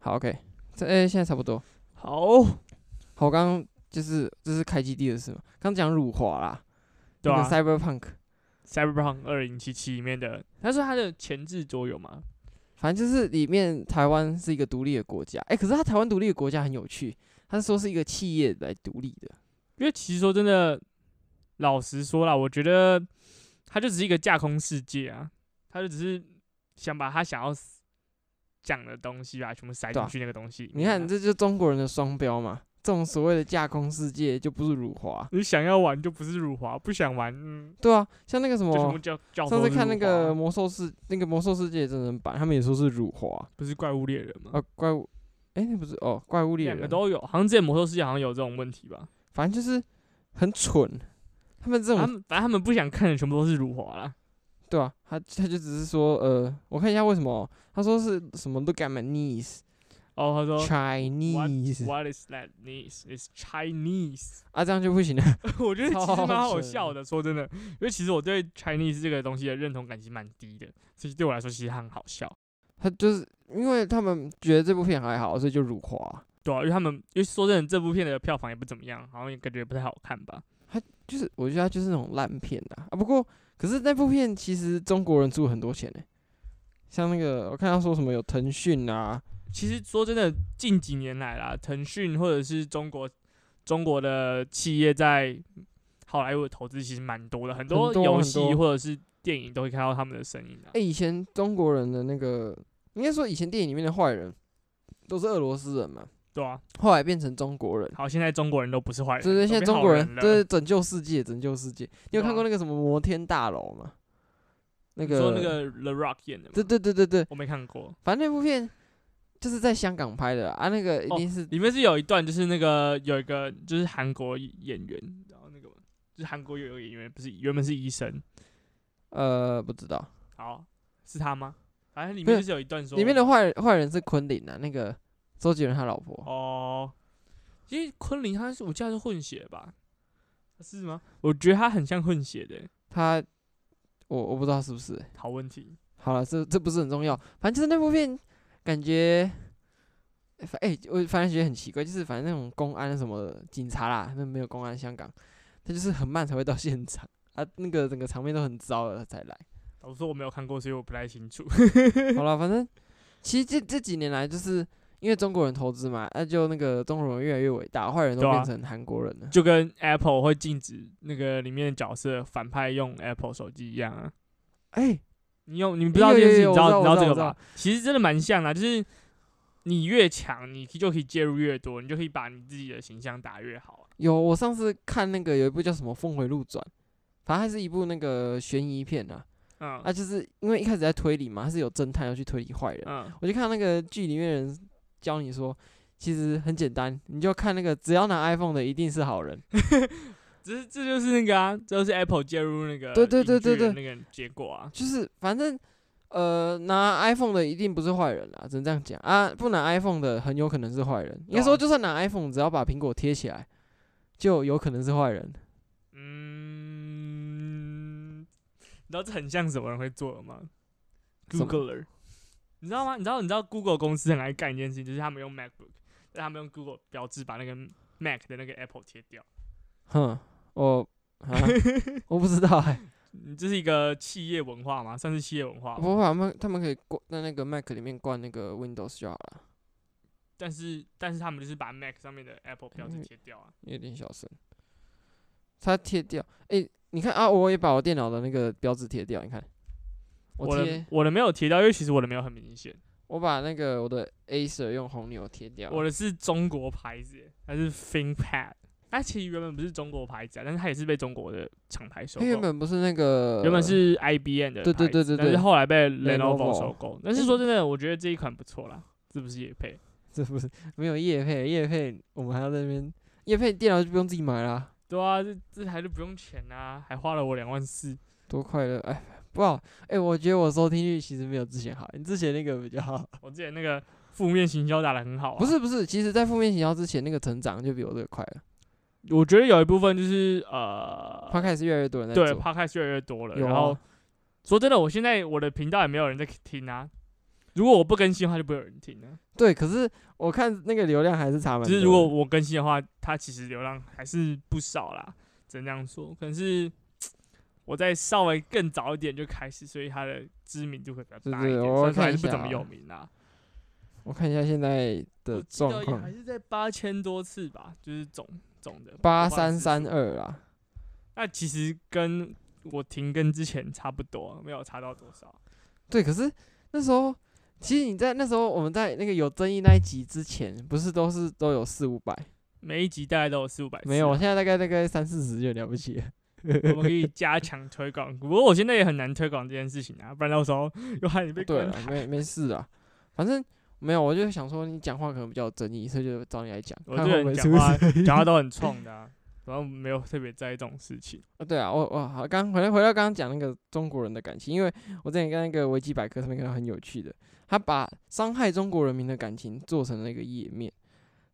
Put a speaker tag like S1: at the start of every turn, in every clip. S1: 好，OK，这哎、现在差不多。
S2: 好，
S1: 好，我刚刚就是这是开基地的事嘛，刚讲辱华啦，
S2: 对啊
S1: 那
S2: 吧、
S1: 个 Cyberpunk，
S2: Cyberpunk 二零七七里面的，他说他的前置桌游嘛，
S1: 反正就是里面台湾是一个独立的国家，哎、可是它台湾独立的国家很有趣，它是说是一个企业来独立的，
S2: 因为其实说真的，老实说啦，我觉得他就只是一个架空世界啊，他就只是想把他想要 s- 讲的东西啊，全部塞
S1: 对
S2: 进
S1: 啊
S2: 去那个东西里
S1: 你
S2: 面啊、
S1: 看这就是中国人的双标嘛，这种所谓的架空世界就不是辱华，
S2: 你想要玩就不是辱华，不想玩，嗯，
S1: 对啊，像那个什
S2: 就全部
S1: 么。
S2: 叫叫
S1: 上
S2: 做
S1: 次看
S2: 辱
S1: 那个
S2: 华
S1: 魔兽世那个魔兽世界真人版，他们也说是辱华
S2: 不是怪物猎人吗？
S1: 啊，怪物，哎、那不是哦，怪物猎
S2: 两个
S1: 人，
S2: 都有，好像之前魔兽世界好像有这种问题吧？
S1: 反正就是很蠢，他们这种
S2: 他们反正他们不想看的全部都是辱华啦。
S1: 对啊，他他就只是说，呃，我看一下为什么，他说是什么 look at my knees
S2: 哦，他说
S1: Chinese
S2: What is that? Nice, it's Chinese
S1: 啊，这样就不行了。
S2: 我觉得其
S1: 超
S2: 实蛮好
S1: 扯
S2: 笑的，说真的，因为其实我对 Chinese 这个东西的认同感其实蛮低的，所以对我来说其实很好笑。
S1: 他就是因为他们觉得这部片还好，所以就辱华，
S2: 对啊，因为他们因为说真的，这部片的票房也不怎么样，好像也感觉不太好看吧。
S1: 就是我觉得他就是那种烂片啊啊。不过可是那部片其实中国人出了很多钱呢、像那个我看他说什么有腾讯啊，
S2: 其实说真的，近几年来啦，腾讯或者是中国中国的企业在好莱坞的投资其实蛮多的，很多
S1: 很多
S2: 游
S1: 很
S2: 戏
S1: 多
S2: 或者是电影都会看到他们的身影啊
S1: 哎、。以前中国人的那个应该说以前电影里面的坏人都是俄罗斯人嘛，
S2: 对啊，
S1: 后来变成中国人。
S2: 好，现在中国人都不是坏人，
S1: 对对，
S2: 哎都
S1: 现在
S2: 变
S1: 中
S2: 好
S1: 国
S2: 人
S1: 人
S2: 了
S1: 对拯救世界，拯救世界。你有
S2: 对啊
S1: 看过那个什么摩天大楼吗？那
S2: 你
S1: 个
S2: 说那个 The Rock 演的吗，
S1: 对对对对对，
S2: 我没看过。
S1: 反正那部片就是在香港拍的啊，那个一
S2: 哦
S1: 定是
S2: 里面是有一段，就是那个有一个就是韩国演员，然后那个吗就是韩国有一个演员，不是原本是医生，
S1: 呃不知道，
S2: 好是他吗？反正里
S1: 不
S2: 面
S1: 是
S2: 就是有一段说
S1: 里面的坏人坏人是昆凌啊，那个周杰伦他老婆，
S2: 哦，因为昆凌他是我记得他是混血吧？是吗？我觉得他很像混血的欸、
S1: 他我我不知道是不是欸、
S2: 好问题。
S1: 好了，这这不是很重要，反正就是那部片感觉。哎反哎、我反正觉得很奇怪，就是反正那种公安什么的警察啦，那没有公安香港，他就是很慢才会到现场啊，那个整个场面都很糟了才来。
S2: 老实说我没有看过，所以我不太清楚。
S1: 好了，反正其实这这几年来，就是因为中国人投资嘛，那、就那个中国人越来越伟大，坏人都
S2: 对啊
S1: 变成韩国人了。
S2: 就跟 Apple 会禁止那个里面的角色反派用 Apple 手机一样啊。
S1: 哎、
S2: 你有你不知道这件事情，
S1: 有有有
S2: 你知道你
S1: 我知道
S2: 知道这
S1: 我
S2: 个
S1: 知道
S2: 吧？其实真的蛮像的，啊就是你越强，你就可以介入越多，你就可以把你自己的形象打越好。啊
S1: 有我上次看那个有一部叫什么《峰回路转》，反正它是一部那个悬疑片啊，
S2: 嗯
S1: 啊，就是因为一开始在推理嘛，它是有侦探要去推理坏人，
S2: 嗯，
S1: 我就看那个剧里面的人教你说。其实很简单，你就看那个只要拿 iPhone 的一定是好人。
S2: 只是这就是那个啊，这就是 Apple 介入那个
S1: 对对对
S2: 影剧
S1: 对
S2: 的那个结果啊。
S1: 就是反正呃，拿 iPhone 的一定不是坏人啦，只能这样讲啊。不拿 iPhone 的很有可能是坏人，应
S2: 对
S1: 该
S2: 啊
S1: 说就算拿 iPhone，只要把苹果贴起来，就有可能是坏人。
S2: 嗯，你知道这很像什么人会做的吗
S1: 什么
S2: ？Googler，你知道吗？你知道你知道 Google 公司很爱干一件事情，就是他们用 MacBook，但他们用 Google 标志把那个 Mac 的那个 Apple 贴掉。
S1: 哼，我 啊，我不知道哎、
S2: 嗯这是一个企业文化嘛，算是企业文化吧。
S1: 不过他们他们可以灌在那个 Mac 里面灌那个 Windows 就好了，
S2: 但是但是他们就是把 Mac 上面的 Apple 标志
S1: 嗯
S2: 贴掉啊。
S1: 有点小声。它贴掉，诶，你看啊，我也把我电脑的那个标志贴掉，你看，我
S2: 的
S1: 贴，
S2: 我的没有贴掉，因为其实我的没有很明显，
S1: 我把那个我的 Acer 用红牛贴掉，
S2: 我的是中国牌子耶，它是 ThinkPad。它其实原本不是中国牌子啊，但是它也是被中国的厂牌收
S1: 它
S2: 购。
S1: 原本不是那个，
S2: 原本是 IBM 的牌
S1: 对
S2: 子，
S1: 对对对
S2: 但是
S1: 对
S2: 后来被
S1: Lenovo
S2: Lenovo 收购。但是说真的，我觉得这一款不错啦，是不是也配？
S1: 这不是没有叶配，叶配我们还要在那边叶配电脑就不用自己买啦，
S2: 对啊，这这台就不用钱啊，还花了我两万四。
S1: 多快乐！哎，不好，哎，我觉得我收听率其实没有之前好，你之前那个比较好。
S2: 我之前那个负面行销打的很好啊。
S1: 不是不是，其实，在负面行销之前，那个成长就比我这个快了。
S2: 我觉得有一部分就是呃，
S1: 他开始越来越多人在
S2: 对
S1: 做，啊
S2: ，podcast 越来越多了。
S1: 有
S2: 然后
S1: 啊
S2: 说真的，我现在我的频道也没有人在听啊，如果我不更新的话，就不会有人听了。
S1: 对，可是我看那个流量还是差蛮多的。
S2: 只是如果我更新的话，它其实流量还是不少啦，只能这样说。可能是我在稍微更早一点就开始，所以它的知名度会比较大一
S1: 对
S2: 点，
S1: 对我
S2: 虽然说
S1: 看
S2: 还
S1: 一
S2: 是不
S1: 下
S2: 怎么
S1: 啊
S2: 有名啦。
S1: 我看一下现在的
S2: 我记得
S1: 状
S2: 也还
S1: 况，
S2: 是在八千多次吧，就是总总的
S1: 八三三。
S2: 播放次数
S1: 二啦，
S2: 那其实跟我停更之前差不多，没有差到多少。
S1: 对，可是那时候，其实你在那时候我们在那个有争议那一集之前，不是都是都有四五百？
S2: 每一集大概都有四五百次啊，
S1: 没有，我现在大概大概三四十就了不起了。
S2: 我们可以加强推广。不过我现在也很难推广这件事情啊，不然到时候又害你被
S1: 对
S2: 关
S1: 了，
S2: 台。
S1: 没没事啊，反正没有，我就想说你讲话可能比较有争议，所以就找你来讲，
S2: 我
S1: 看
S2: 这
S1: 会不会
S2: 个人
S1: 出
S2: 讲话
S1: 事。
S2: 讲话都很冲的、啊，然后没有特别在意这种事情。
S1: 啊对啊，我我好，刚回来回到刚刚讲那个中国人的感情，因为我之前看那个维基百科上面看到很有趣的，他把伤害中国人民的感情做成了一个页面，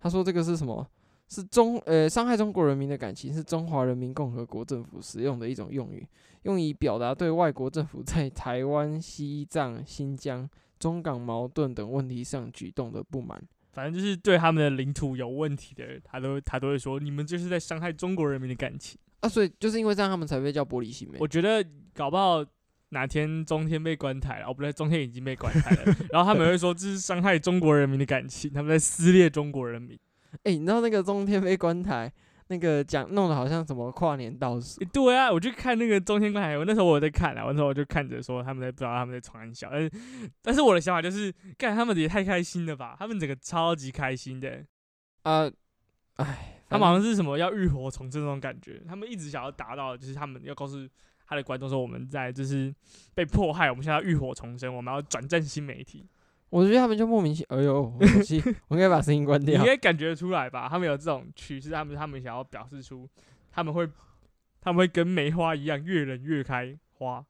S1: 他说这个是什么？是中呃伤害中国人民的感情是中华人民共和国政府使用的一种用语，用以表达对外国政府在台湾、西藏、新疆、中港矛盾等问题上举动的不满。
S2: 反正就是对他们的领土有问题的，他都他都会说你们就是在伤害中国人民的感情。
S1: 啊，所以就是因为这样，他们才被叫玻璃心呗。
S2: 我觉得搞不好哪天中天被关台了，哦不对，中天已经被关台了，然后他们会说这是伤害中国人民的感情，他们在撕裂中国人民。
S1: 哎、你知道那个中天被关台，那个讲弄得好像什么跨年倒数
S2: 欸，对啊，我就看那个中天关台，我那时候我有在看啊，我那时候我就看着说他们在不知道他们在传小，但是但是我的想法就是，干他们也太开心了吧，他们整个超级开心的，
S1: 啊，哎，
S2: 他
S1: 反
S2: 们好像是什么要浴火重生那种感觉，他们一直想要达到的就是他们要告诉他的观众说我们在就是被迫害，我们现在要浴火重生，我们要转战新媒体。
S1: 我觉得他们就莫名其哎呦，我手机我应该把声音关
S2: 你应
S1: 掉。
S2: 该感觉出来吧？他们有这种趋势，他们他们想要表示出他们会他们会跟梅花一样越冷越开花。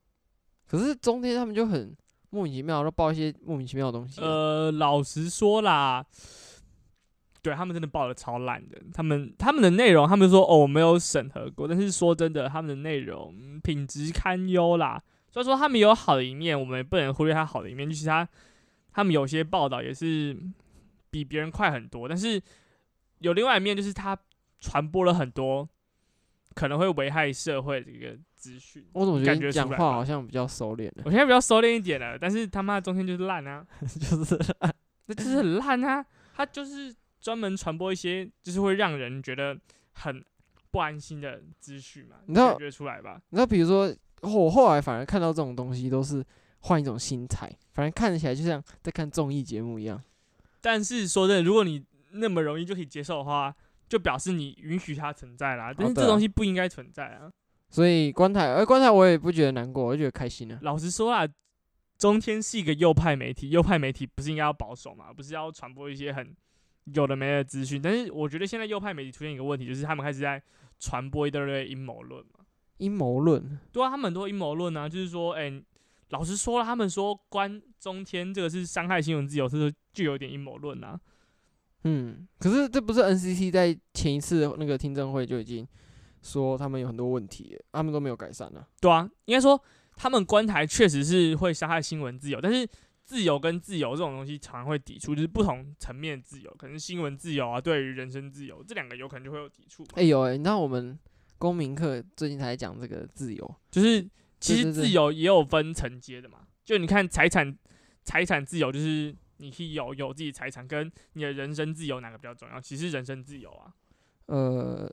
S1: 可是中天他们就很莫名其妙，都报一些莫名其妙的东西啊、
S2: 呃，老实说啦，对他们真的报的超烂的。他们他们的内容，他们说哦我没有审核过，但是说真的，他们的内容嗯品质堪忧啦。虽然说他们有好的一面，我们也不能忽略他好的一面，就是他他们有些报道也是比别人快很多，但是有另外一面就是他传播了很多可能会危害社会的一个资讯。
S1: 我怎么觉得
S2: 感觉
S1: 你
S2: 出
S1: 讲
S2: 来
S1: 话
S2: 吧
S1: 好像比较收敛呢？
S2: 我现在比较收敛一点了，但是他妈中间就是烂啊。
S1: 就是
S2: 那就是很烂啊！他就是专门传播一些就是会让人觉得很不安心的资讯嘛，
S1: 你知道
S2: 感觉出来吧？
S1: 你知道，比如说我后来反而看到这种东西，都是换一种心态，反正看起来就像在看综艺节目一样。
S2: 但是说真的，如果你那么容易就可以接受的话，就表示你允许它存在啦。但是
S1: 对
S2: 这
S1: 啊
S2: 东西不应该存在啊！
S1: 所以关台，而、关台我也不觉得难过，我就觉得开心啊。
S2: 老实说啦，中天是一个右派媒体，右派媒体不是应该要保守嘛？不是要传播一些很有的没的资讯？但是我觉得现在右派媒体出现一个问题，就是他们开始在传播一大堆阴谋论嘛。
S1: 阴谋论，
S2: 对啊，他们很多阴谋论啊，就是说，哎、老实说了，他们说关中天这个是伤害新闻自由，这就就有点阴谋论啊。
S1: 嗯，可是这不是 NCC 在前一次那个听证会就已经说他们有很多问题了，他们都没有改善啊。
S2: 对啊，应该说他们关台确实是会伤害新闻自由，但是自由跟自由这种东西常常会抵触，就是不同层面的自由，可能新闻自由啊，对于人身自由这两个有可能就会有抵触嘛。
S1: 哎、有哎、你知道我们公民课最近才讲这个自由，
S2: 就是其
S1: 对
S2: 实
S1: 对对
S2: 自由也有分层阶的嘛，就你看财产财产自由就是。你可以有有自己财产，跟你的人身自由哪个比较重要？其实人身自由啊，
S1: 呃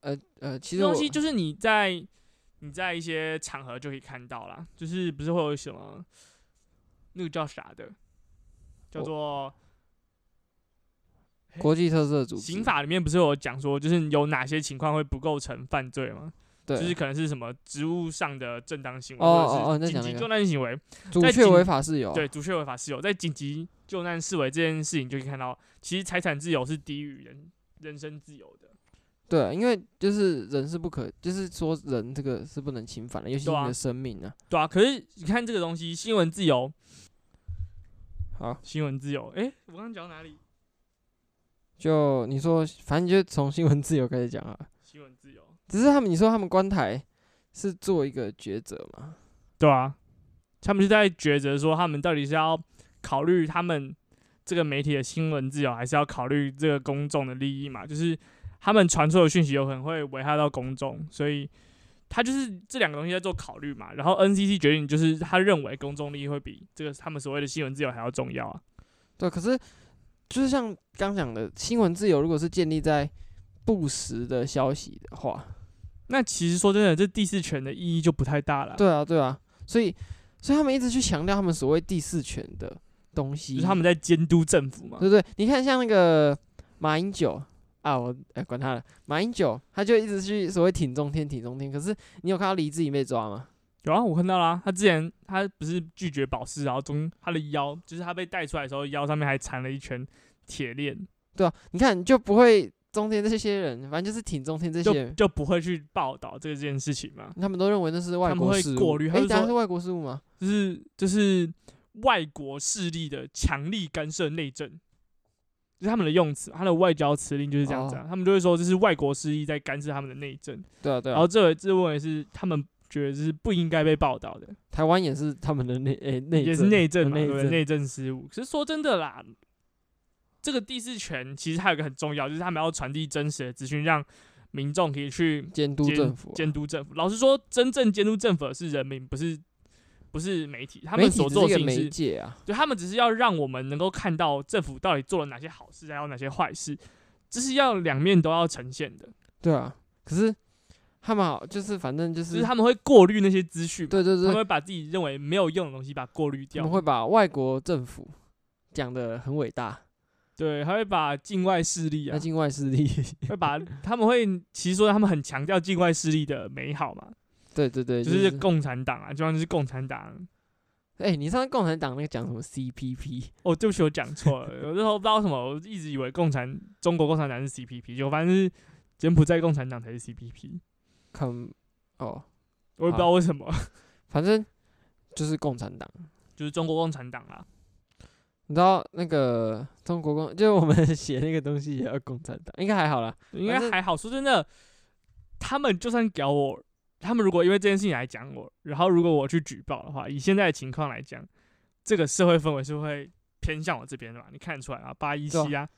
S1: 呃呃，其
S2: 这
S1: 实我
S2: 东西就是你在你在一些场合就可以看到啦，就是不是会有什么那个叫啥的，叫
S1: 我
S2: 做
S1: 国际特色组织
S2: 刑法里面不是有讲说，就是有哪些情况会不构成犯罪吗？
S1: 对
S2: 就是可能是什么职务上的正当行为，
S1: 哦哦
S2: 或
S1: 哦
S2: 者
S1: 那
S2: 是紧
S1: 讲那个
S2: 急
S1: 哦
S2: 救难行为，
S1: 主
S2: 在
S1: 确
S2: 警
S1: 违法事由啊，
S2: 对，主确违法事由，在紧急救难视为这件事情，就可以看到，其实财产自由是低于人人身自由的。
S1: 对，因为就是人是不可，就是说人这个是不能侵犯的，尤其是
S2: 对啊
S1: 你的生命啊。
S2: 对啊，可是你看这个东西，新闻自由，
S1: 好，
S2: 新闻自由，诶、我刚刚讲到哪里？
S1: 就你说，反正你就从新闻自由开始讲啊。
S2: 新闻自由，
S1: 只是他们，你说他们观台是做一个抉择嘛？
S2: 对啊，他们就在抉择说，他们到底是要考虑他们这个媒体的新闻自由，还是要考虑这个公众的利益嘛。就是他们传出的讯息有可能会危害到公众，所以他就是这两个东西在做考虑嘛。然后 NCC 决定就是他认为公众利益会比这个他们所谓的新闻自由还要重要啊。
S1: 对，可是就是像刚讲的，新闻自由如果是建立在不实的消息的话，
S2: 那其实说真的，这第四权的意义就不太大了。
S1: 对啊，对啊，所以所以他们一直去强调他们所谓第四权的东西，
S2: 就是他们在监督政府嘛。
S1: 对不对？你看像那个马英九啊，我哎、管他了，马英九他就一直去所谓挺中天，挺中天。可是你有看到黎智英被抓吗？
S2: 有啊，我看到啦、他之前他不是拒绝保释，然后中他的腰，就是他被带出来的时候，腰上面还缠了一圈铁链，
S1: 对啊，你看你就不会中天这些人，反正就是挺中天这些
S2: 就
S1: 人，
S2: 就不会去报道这件事情嘛。
S1: 他们都认为那是外
S2: 他们
S1: 国
S2: 会
S1: 事务。
S2: 过滤他
S1: 哎、
S2: 就
S1: 当然是
S2: 说
S1: 外国事务嘛。
S2: 就是就是外国势力的强力干涉内政，就是他们的用词，他的外交辞令就是这样子、
S1: 哦
S2: 啊，他们就会说这是外国势力在干涉他们的内政，
S1: 对啊，对
S2: 然
S1: 啊
S2: 后。这个这问题是他们觉得是不应该被报道的。
S1: 台湾也是他们的内哎内
S2: 也是
S1: 政呃
S2: 内政嘛，
S1: 内
S2: 对不对
S1: 政
S2: 内政失误。可是说真的啦，这个第四权其实还有一个很重要，就是他们要传递真实的资讯，让民众可以去
S1: 监督
S2: 监
S1: 政府啊、
S2: 监督政府。老实说，真正监督政府的是人民，不是不是媒体。他
S1: 媒
S2: 们
S1: 体
S2: 所
S1: 只
S2: 做的
S1: 是一
S2: 事
S1: 个
S2: 情
S1: 媒
S2: 是，
S1: 介啊。
S2: 就他们只是要让我们能够看到政府到底做了哪些好事，还有哪些坏事，这是要两面都要呈现的。
S1: 对啊，可是他们好就是反正就是
S2: 就是他们会过滤那些资讯嘛，
S1: 嗯对对
S2: 他们
S1: 对，
S2: 会把自己认为没有用的东西把它过滤
S1: 他
S2: 掉
S1: 们。会把外国政府讲的很伟大，
S2: 对，还会把境外势力啊
S1: 那，境外势力，
S2: 会把他们会其实说他们很强调境外势力的美好嘛，
S1: 对对对，
S2: 就
S1: 就是
S2: 共产党啊，就像是共产党。
S1: 哎、你上次共产党那个讲什么 CPP？
S2: 哦，对不起，我讲错了，有时候不知道为什么，我一直以为共产中国共产党是 CPP，就反正是柬埔寨共产党才是 CPP，
S1: 看 哦，
S2: 我也不知道为什么，
S1: 反正就是共产党。
S2: 就是中国共产党啊啦。
S1: 你知道那个中国共，就是我们 写那个东西也要共产党，应该还好啦。
S2: 应
S1: 反
S2: 该
S1: 正
S2: 还好，说真的，他们就算屌我，他们如果因为这件事情来讲我，然后如果我去举报的话，以现在的情况来讲，这个社会氛围是会偏向我这边的嘛，你看得出来啊，八一
S1: 对
S2: 七啊，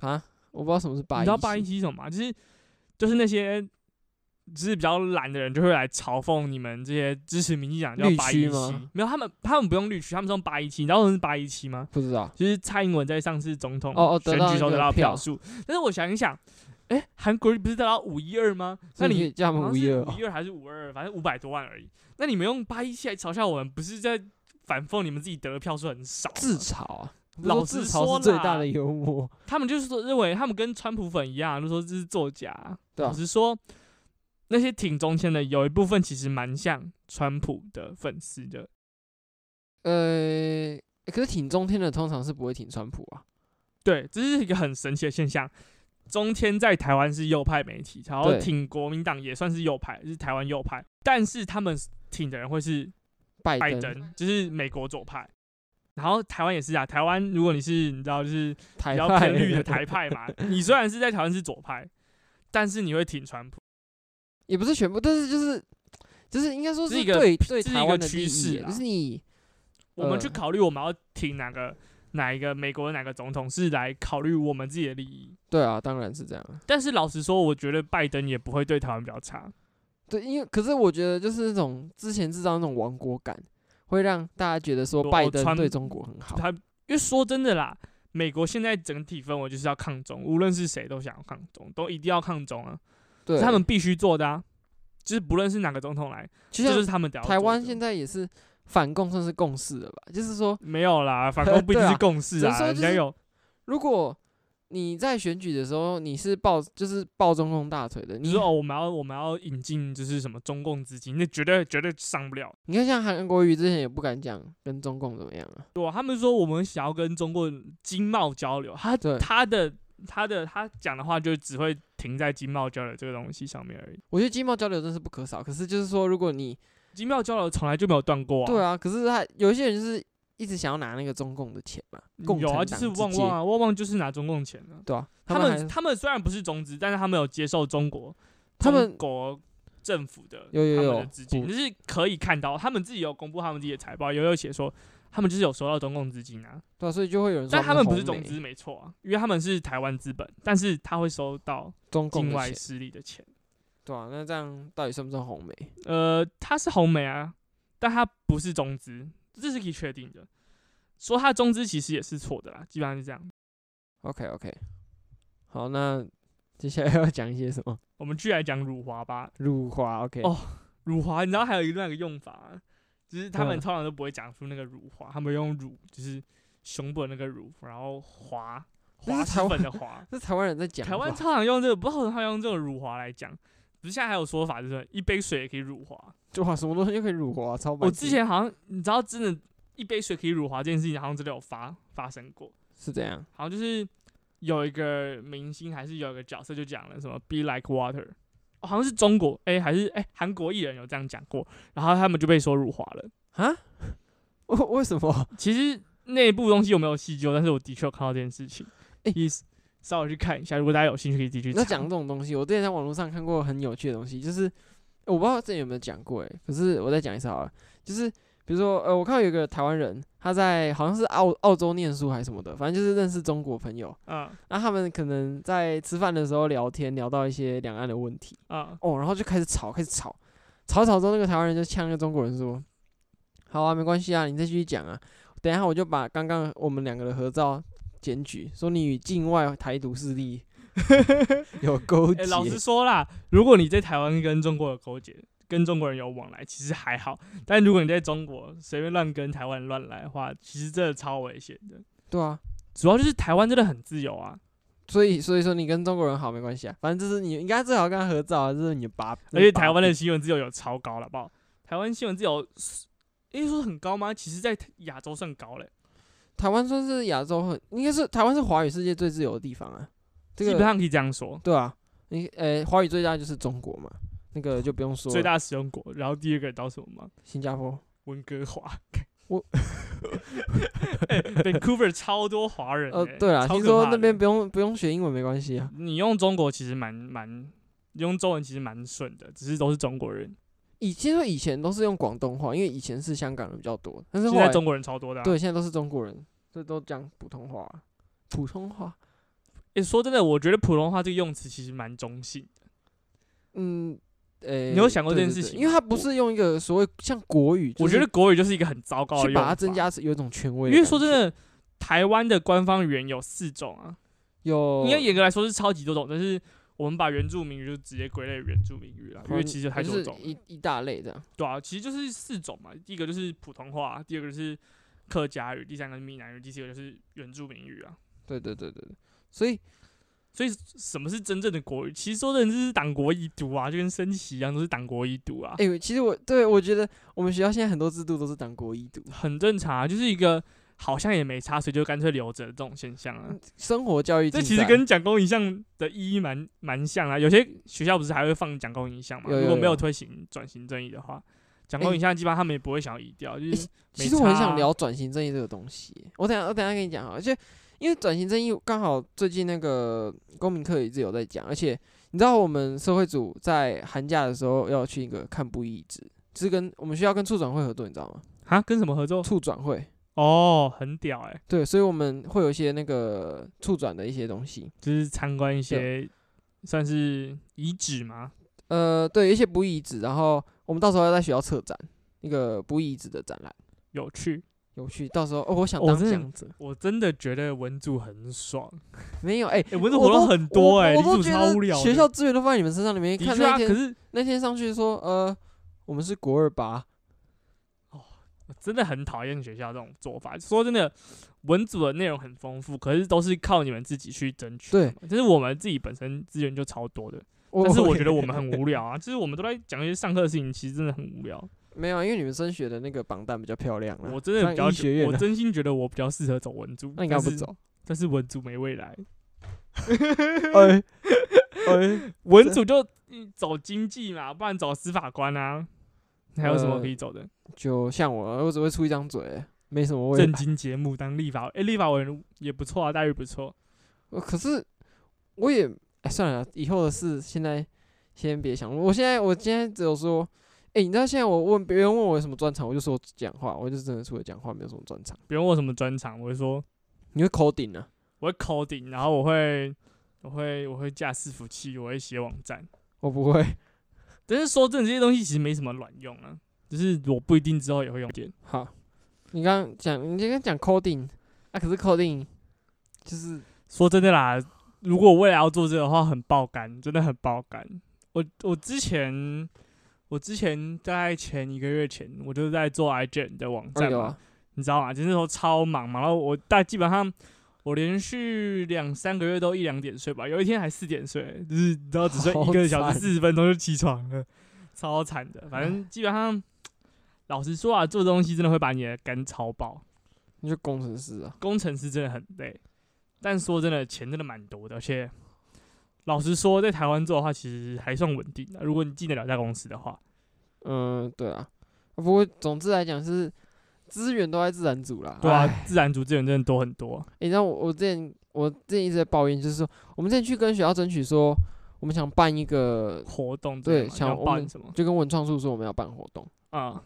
S1: 啊，我不知道什么是八一，
S2: 你知道八一七是什么吗？就是就是那些就是比较懒的人就会来嘲讽你们这些支持民进党叫
S1: 绿
S2: 八
S1: 区
S2: 一七
S1: 吗，
S2: 没有他们他们不用绿区，他们是用八一七，你知道为什么是八一七吗？
S1: 不知道。
S2: 就是蔡英文在上次总统
S1: 哦哦得
S2: 选
S1: 到
S2: 举时候
S1: 那
S2: 得
S1: 个
S2: 到
S1: 票
S2: 票数，但是我想一想，哎、韩国瑜不是得到五一二吗？
S1: 所
S2: 那
S1: 以可
S2: 你
S1: 以叫他们
S2: 五
S1: 五一二
S2: 五一二还是五二二，反正五百多万而已。那你们用八一七来嘲笑我们，不是在反讽你们自己得的票数很少吗？
S1: 自嘲啊，不是
S2: 老
S1: 说
S2: 实
S1: 自
S2: 说
S1: 嘲是最
S2: 啦
S1: 大的幽默。
S2: 他们就是说认为他们跟川普粉一样，就说这是作假。
S1: 对啊
S2: 老实说，那些挺中间的有一部分其实蛮像川普的粉丝的，
S1: 呃，可是挺中天的通常是不会挺川普啊。
S2: 对，这是一个很神奇的现象。中天在台湾是右派媒体，然后
S1: 对
S2: 挺国民党也算是右派，是台湾右派，但是他们挺的人会是
S1: 拜
S2: 拜
S1: 登、
S2: 登，就是美国左派。然后台湾也是啊，台湾如果你是你知道就是
S1: 台
S2: 比较
S1: 派
S2: 偏绿的台，派嘛，你虽然是在台湾是左派，但是你会挺川普。
S1: 也不是全部，但是就是就是应该说是
S2: 这是一个
S1: 对
S2: 这
S1: 对
S2: 是一
S1: 台
S2: 个
S1: 湾的
S2: 趋
S1: 利益
S2: 势
S1: 耶
S2: 啦
S1: 就是你
S2: 我们去
S1: 呃
S2: 考虑我们要挺哪个哪一个美国的哪个总统，是来考虑我们自己的利益。
S1: 对啊，当然是这样。
S2: 但是老实说，我觉得拜登也不会对台湾比较差。
S1: 对，因为可是我觉得就是那种之前制造那种亡国感，会让大家觉得说
S2: 我
S1: 拜
S2: 我
S1: 登
S2: 川
S1: 对中国很好。
S2: 他因为说真的啦，美国现在整体氛围就是要抗中，无论是谁都想要抗中，都一定要抗中啊，
S1: 对，
S2: 是他们必须做的啊。就是不论是哪个总统来，
S1: 就
S2: 这就是
S1: 像
S2: 他们得要
S1: 台湾
S2: 做的
S1: 现在也是反共算是共识了吧？就是说，
S2: 没有 啦，反共不一定
S1: 对啊
S2: 是共
S1: 只
S2: 识
S1: 是
S2: 啊，
S1: 说
S2: 人
S1: 就
S2: 家
S1: 是
S2: 有
S1: 如果你在选举的时候你是抱就是抱中共大腿的，
S2: 你
S1: 你
S2: 说哦，我们要我们要引进就是什么中共资金，那绝对绝对上不了。
S1: 你看像韩国瑜之前也不敢讲跟中共怎么样啊，
S2: 对啊，他们说我们想要跟中国经贸交流，啊他
S1: 对
S2: 他的他的他讲的话就只会停在经贸交流这个东西上面而已。
S1: 我觉得经贸交流真是不可少，可是就是说如果你
S2: 经贸交流从来就没有断过啊。
S1: 对啊，可是他有一些人就是一直想要拿那个中共的钱嘛，共
S2: 有啊，
S1: 产
S2: 就
S1: 党
S2: 是
S1: 之
S2: 旺
S1: 间
S2: 旺啊，旺旺就是拿中共钱啊。
S1: 对啊，
S2: 他
S1: 们
S2: 们
S1: 还
S2: 他们虽然不是中资，但是他们有接受中国
S1: 他们
S2: 中国政府的
S1: 有有
S2: 他们
S1: 有
S2: 的资金，
S1: 补
S2: 就是可以看到他们自己有公布他们自己的财报，有有写说他们就是有收到中共资金啊，
S1: 对啊，所以就会有人说
S2: 但他们不是
S1: 红
S2: 中
S1: 媒
S2: 资没错啊，因为他们是台湾资本，但是他会收到
S1: 中共
S2: 境
S1: 的
S2: 外
S1: 钱
S2: 势力的钱。
S1: 对啊，那这样到底算不算红媒？
S2: 呃，它是红媒啊，但它不是中资，这是可以确定的。说它中资其实也是错的啦，基本上是这样。
S1: OK OK，好，那接下来要讲一些什么？
S2: 我们继续来讲辱华吧。
S1: 入华 OK，
S2: 哦辱华，你知道还有一另外一个用法、啊，就是他们
S1: 嗯
S2: 通常都不会讲出那个辱华，他们用辱就是胸部的那个辱，然后华
S1: 那
S2: 华
S1: 是台
S2: 是
S1: 湾
S2: 粉的华。
S1: 这台湾人在 讲
S2: 台湾
S1: 吧
S2: 超常用这个，不知道为什么他用这个辱华来讲。不是现在还有说法，就是一杯水也可以辱华。
S1: 哇，什么东西就可以入华，超白
S2: 我
S1: 痴
S2: 之前好像你知道，真的，一杯水可以辱华这件事情，好像真的有发发生过。
S1: 是怎样？
S2: 好像就是有一个明星还是有一个角色就讲了什么 “be like water”，、哦、好像是中国哎、还是哎韩、国艺人有这样讲过，然后他们就被说辱华了。
S1: 啊？为为什么？
S2: 其实内部东西有没有细究，但是我的确有看到这件事情，
S1: 哎
S2: 你稍微去看一下，如果大家有兴趣可以自己去查。
S1: 那讲这种东西，我之前在网络上看过很有趣的东西，就是我不知道这有没有讲过诶、欸可是我再讲一次好了，就是比如说呃，我看到有一个台湾人，他在好像是澳澳洲念书还是什么的，反正就是认识中国朋友，
S2: 嗯
S1: 那他们可能在吃饭的时候聊天，聊到一些两岸的问题，
S2: 嗯
S1: 哦，然后就开始吵，开始吵，吵吵之后，那个台湾人就呛那个中国人说：“好啊，没关系啊，你再继续讲啊，等一下我就把刚刚我们两个的合照检举，说你与境外台独势力有勾结。
S2: 哎、老实说啦，如果你在台湾跟中国有勾结，跟中国人有往来，其实还好；但如果你在中国随便乱跟台湾人乱来的话，其实真的超危险的。
S1: 对啊，
S2: 主要就是台湾真的很自由啊，
S1: 所以所以说你跟中国人好没关系啊，反正这是你应该最好跟他合照啊，这是你的把。这
S2: 而
S1: 是
S2: 且
S1: 把
S2: 台湾
S1: 柄
S2: 的新闻自由有超高了，好不好？台湾新闻自由，应该说很高吗？其实，在亚洲算高嘞、
S1: 台湾算是亚洲很，应该是台湾是华语世界最自由的地方啊。这
S2: 基
S1: 个
S2: 本上可以这样说，
S1: 对啊，你呃华语最大就是中国嘛，那个就不用说了，
S2: 最大使用国。然后第二个你知道什么吗？
S1: 新加坡。
S2: 温哥华。
S1: 我
S2: 哎、Vancouver 超多华人、
S1: 呃
S2: 欸，，
S1: 对啦，
S2: 超
S1: 听
S2: 可
S1: 说那
S2: 怕的
S1: 边不用不用学英文没关系啊。
S2: 你用中国其实蛮蛮，用中文其实蛮顺的，只是都是中国人。
S1: 以听说以前都是用广东话，因为以前是香港人比较多，但是
S2: 现
S1: 后
S2: 在
S1: 来
S2: 中国人超多的、啊。
S1: 对现在都是中国人，所以都讲普通话啊，普通话。
S2: 诶，说真的，我觉得普通话这个用词其实蛮中性的。
S1: 嗯，呃、
S2: 你有想过
S1: 对
S2: 这件
S1: 对
S2: 事
S1: 对
S2: 情
S1: 因为
S2: 吗
S1: 它不是用一个所谓像国语，
S2: 我
S1: 就
S2: 觉
S1: 是
S2: 得国语就是一个很糟糕的
S1: 去
S2: 用
S1: 把
S2: 法，
S1: 它增加是有一种权威
S2: 因
S1: 的感觉。
S2: 为说真的，台湾的官方语言有四种啊，
S1: 有，
S2: 应该严格来说是超级多种，但是我们把原住民语就直接归类原住民语了，因为其实
S1: 哦还
S2: 太
S1: 是
S2: 多种了，
S1: 一一大类这样。
S2: 对啊，其实就是四种嘛，第一个就是普通话，第二个就是客家语，第三个是闽南语，第四个就是原住民语啊。
S1: 对对对对对，所以
S2: 所以什么是真正的国语？其实说真的就是党国一读啊，就跟升旗一样，都是党国一读啊，
S1: 哎、其实我对我觉得我们学校现在很多制度都是党国一读，
S2: 很正常啊，就是一个好像也没差，所以就干脆留着这种现象啊。
S1: 生活教育
S2: 这
S1: 竞
S2: 其实
S1: 赛
S2: 跟蒋公遗像的意义蛮蛮像啊。有些学校不是还会放蒋公遗像嘛？
S1: 有有
S2: 如果没
S1: 有
S2: 有推行转型正义的话，蒋公遗像基本上他们也不会想要移掉，就是
S1: 其
S2: 没
S1: 实我很
S2: 差
S1: 想
S2: 啊
S1: 聊转型正义这个东西耶，我等一下我等一下跟你讲好了，而且因为转型正义刚好最近那个公民课一直有在讲，而且你知道我们社会组在寒假的时候要去一个看布义职，就是跟我们学校跟处转会合作，你知道吗？
S2: 啊跟什么合作？
S1: 处转会
S2: 哦，很屌哎、
S1: 对，所以我们会有一些那个处转的一些东西，
S2: 就是参观一些算是遗址嘛。
S1: 呃，对，有一些布义职，然后我们到时候要在学校策展那个布义职的展览，
S2: 有趣，
S1: 有趣，到时候哦，我想
S2: 哦
S1: 当
S2: 真的
S1: 讲者，
S2: 我真的觉得文组很爽。
S1: 没有哎。
S2: 哎、文组
S1: 我
S2: 活
S1: 都
S2: 动很多
S1: 我
S2: 哎、
S1: 我
S2: 你
S1: 都
S2: 组
S1: 觉
S2: 超
S1: 得
S2: 无聊的。
S1: 学校资源都放在你们身上，你们
S2: 的
S1: 看
S2: 确
S1: 那
S2: 啊，
S1: 天
S2: 可是
S1: 那天上去说，呃，我们是国二吧？
S2: 我真的很讨厌学校这种做法。说真的，文组的内容很丰富，可是都是靠你们自己去争取。
S1: 对，
S2: 就是我们自己本身资源就超多的，
S1: 我
S2: 但 是我觉得我们很无聊啊。就是我们都在讲一些上课的事情，其实真的很无聊。
S1: 没有啊，因为你们升学的那个榜单比较漂亮啊。
S2: 我真的比较
S1: 上医学
S2: 觉，
S1: 院
S2: 我
S1: 的，
S2: 真心觉得我比较适合走文组，
S1: 那你干嘛不
S2: 但是
S1: 走？
S2: 但是文组没 未来，
S1: 哎 哎，
S2: 文组就嗯走经济嘛，不然走司法官
S1: 嗯
S2: 啊。还有什么
S1: 呃
S2: 可以走的？
S1: 就像我，我只会出一张嘴，没什么未
S2: 正
S1: 来。
S2: 经节目当立法，哎、立法委员也不错啊，待遇不错。
S1: 呃可是我也哎算了，以后的事现在先别想。我现在我今天只有说，哎、你知道现在我问别人问我有什么专长，我就说讲话，我就真的除了讲话没有什么专长。
S2: 别人问我什么专长，我会说
S1: 你会 coding 啊？
S2: 我会 coding，然后我会我会我会架伺服器，我会写网站。
S1: 我不会。
S2: 但是说真的，这些东西其实没什么卵用啊，只是我不一定之后也会用点。
S1: 好，你刚刚讲，你刚刚讲 coding 啊，可是 coding 就是
S2: 说真的啦，如果我未来要做这个的话，很爆肝，真的很爆肝。我我之前我之前大概前一个月前，我就是在做 iGen 的网
S1: 哎
S2: 站
S1: 呦
S2: 嘛，
S1: 啊，
S2: 你知道吗？就那时候超忙嘛，然后我大基本上我连续两三个月都一两点睡吧，有一天还四点睡，就是你知道只睡一个小
S1: 好
S2: 时
S1: 惨
S2: 四十分钟就起床了，超惨的。反正基本上，老实说啊，做东西真的会把你的肝超爆，
S1: 你就工程师啊，
S2: 工程师真的很累，但说真的，钱真的蛮多的，而且老实说，在台湾做的话，其实还算稳定的。如果你进得了大公司的话，
S1: 嗯，对啊。不过总之来讲是资源都在自然组啦。
S2: 对啊
S1: 哎，
S2: 自然组资源真的多很多。
S1: 欸你知道我我之前我之前一直在抱怨，就是说我们之前去跟学校争取说，我们想办一个，
S2: 活动
S1: 对
S2: 之类的嘛
S1: 像
S2: 你要
S1: 我
S2: 办
S1: 们
S2: 什么
S1: 就跟文创处说我们要办活动，
S2: 啊？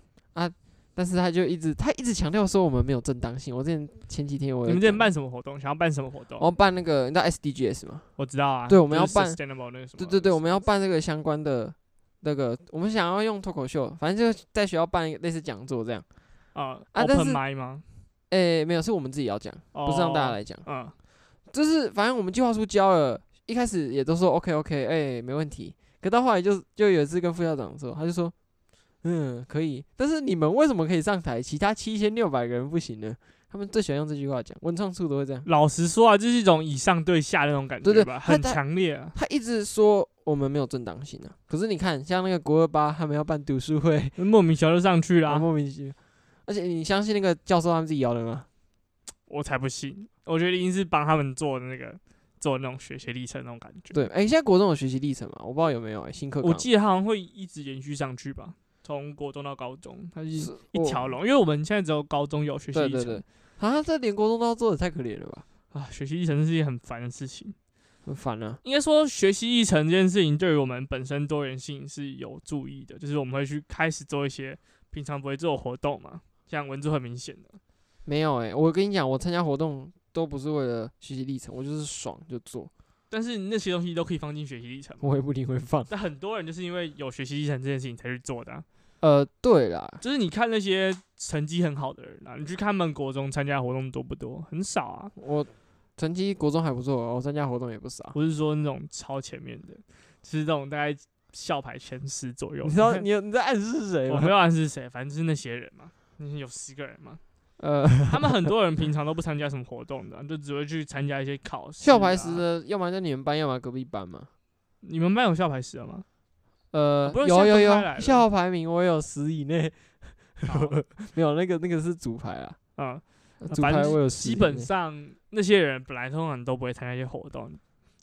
S1: 但是他就一直他一直强调说我们没有正当性。我之前前几天我
S2: 你
S1: 有
S2: 们之前
S1: 讲
S2: 办什么活动？想要办什么活动？
S1: 我要办那个，你知道 SDGs 吗？
S2: 我知道啊，
S1: 哦对我们
S2: 就
S1: 要
S2: 是
S1: 办
S2: sustainable 那个什么，
S1: 对对对，我们要办这个相关的那个，我们想要用脱口秀，反正就是在学校办一个类似讲座这样。
S2: 啊
S1: 啊但
S2: open
S1: 是
S2: mic 吗？
S1: 诶、没有，是我们自己要讲，
S2: 不
S1: 不是让大家，来讲。
S2: 嗯，
S1: 就是反正我们计划书交了，一开始也都说 OK OK，哎、没问题。可到后来就就有一次跟副校长说，他就说，嗯，可以，但是你们为什么可以上台，其他七千六百个人不行呢？他们最喜欢用这句话讲，文创处都会这样。
S2: 老实说啊，就是一种以上对下那种感
S1: 对
S2: 觉
S1: 对
S2: 吧，
S1: 他
S2: 很
S1: 他
S2: 强烈啊。
S1: 他一直说我们没有正当性啊，可是你看，像那个国二八他们要办读书会，
S2: 莫名其妙就上去
S1: 然后
S2: 啦，
S1: 莫名其妙。而且你相信那个教授他们自己摇的吗？
S2: 我才不信，我觉得一定是帮他们做的那个做那种学习历程那种感觉。
S1: 对，哎、现在国中有学习历程嘛？我不知道有没有、哎新课纲
S2: 我记得他好像会一直延续上去吧，从国中到高中，它是一
S1: 是
S2: 一
S1: 我
S2: 条龙，因为我们现在只有高中有学习
S1: 对
S2: 历
S1: 对
S2: 程
S1: 对，啊，这连国中都要做的太可怜了吧，
S2: 啊，学习历程是一件很烦的事情。
S1: 很烦啊。
S2: 应该说，学习历程这件事情对于我们本身多元性是有注意的，就是我们会去开始做一些平常不会做的活动嘛，像文字很明显的，
S1: 没有哎、我跟你讲，我参加活动都不是为了学习历程，我就是爽就做，
S2: 但是那些东西都可以放进学习历程嘛。
S1: 我也不一定会 放。
S2: 但很多人就是因为有学习历程这件事情才去做的啊、
S1: 呃，对啦，
S2: 就是你看那些成绩很好的人啊，你去看他们国中参加活动多不多？很少啊，
S1: 我成绩国中还不错，我参加活动也不少。
S2: 不是说那种超前面的，就是那种大概校排前十左右。
S1: 你知道你有你在暗示谁
S2: 我
S1: 吗
S2: 没？有暗示谁，反正就是那些人嘛，那些有十个人嘛，
S1: 呃，
S2: 他们很多人平常都不参加什么活动的啊，就只会去参加一些考试、啊
S1: 校牌时，的，要么在你们班，要么隔壁班嘛。
S2: 你们班有校牌时的吗？
S1: 呃
S2: 啊不，用
S1: 有
S2: 现在
S1: 有
S2: 分开来
S1: 有，
S2: 了
S1: 校排名我有十以内，
S2: 好
S1: 没有那个那个是主排啊，
S2: 嗯，
S1: 主
S2: 反
S1: 排
S2: 正
S1: 我有10
S2: 基
S1: 以
S2: 本
S1: 内
S2: 上那些人本来通常都不会参加一些活动，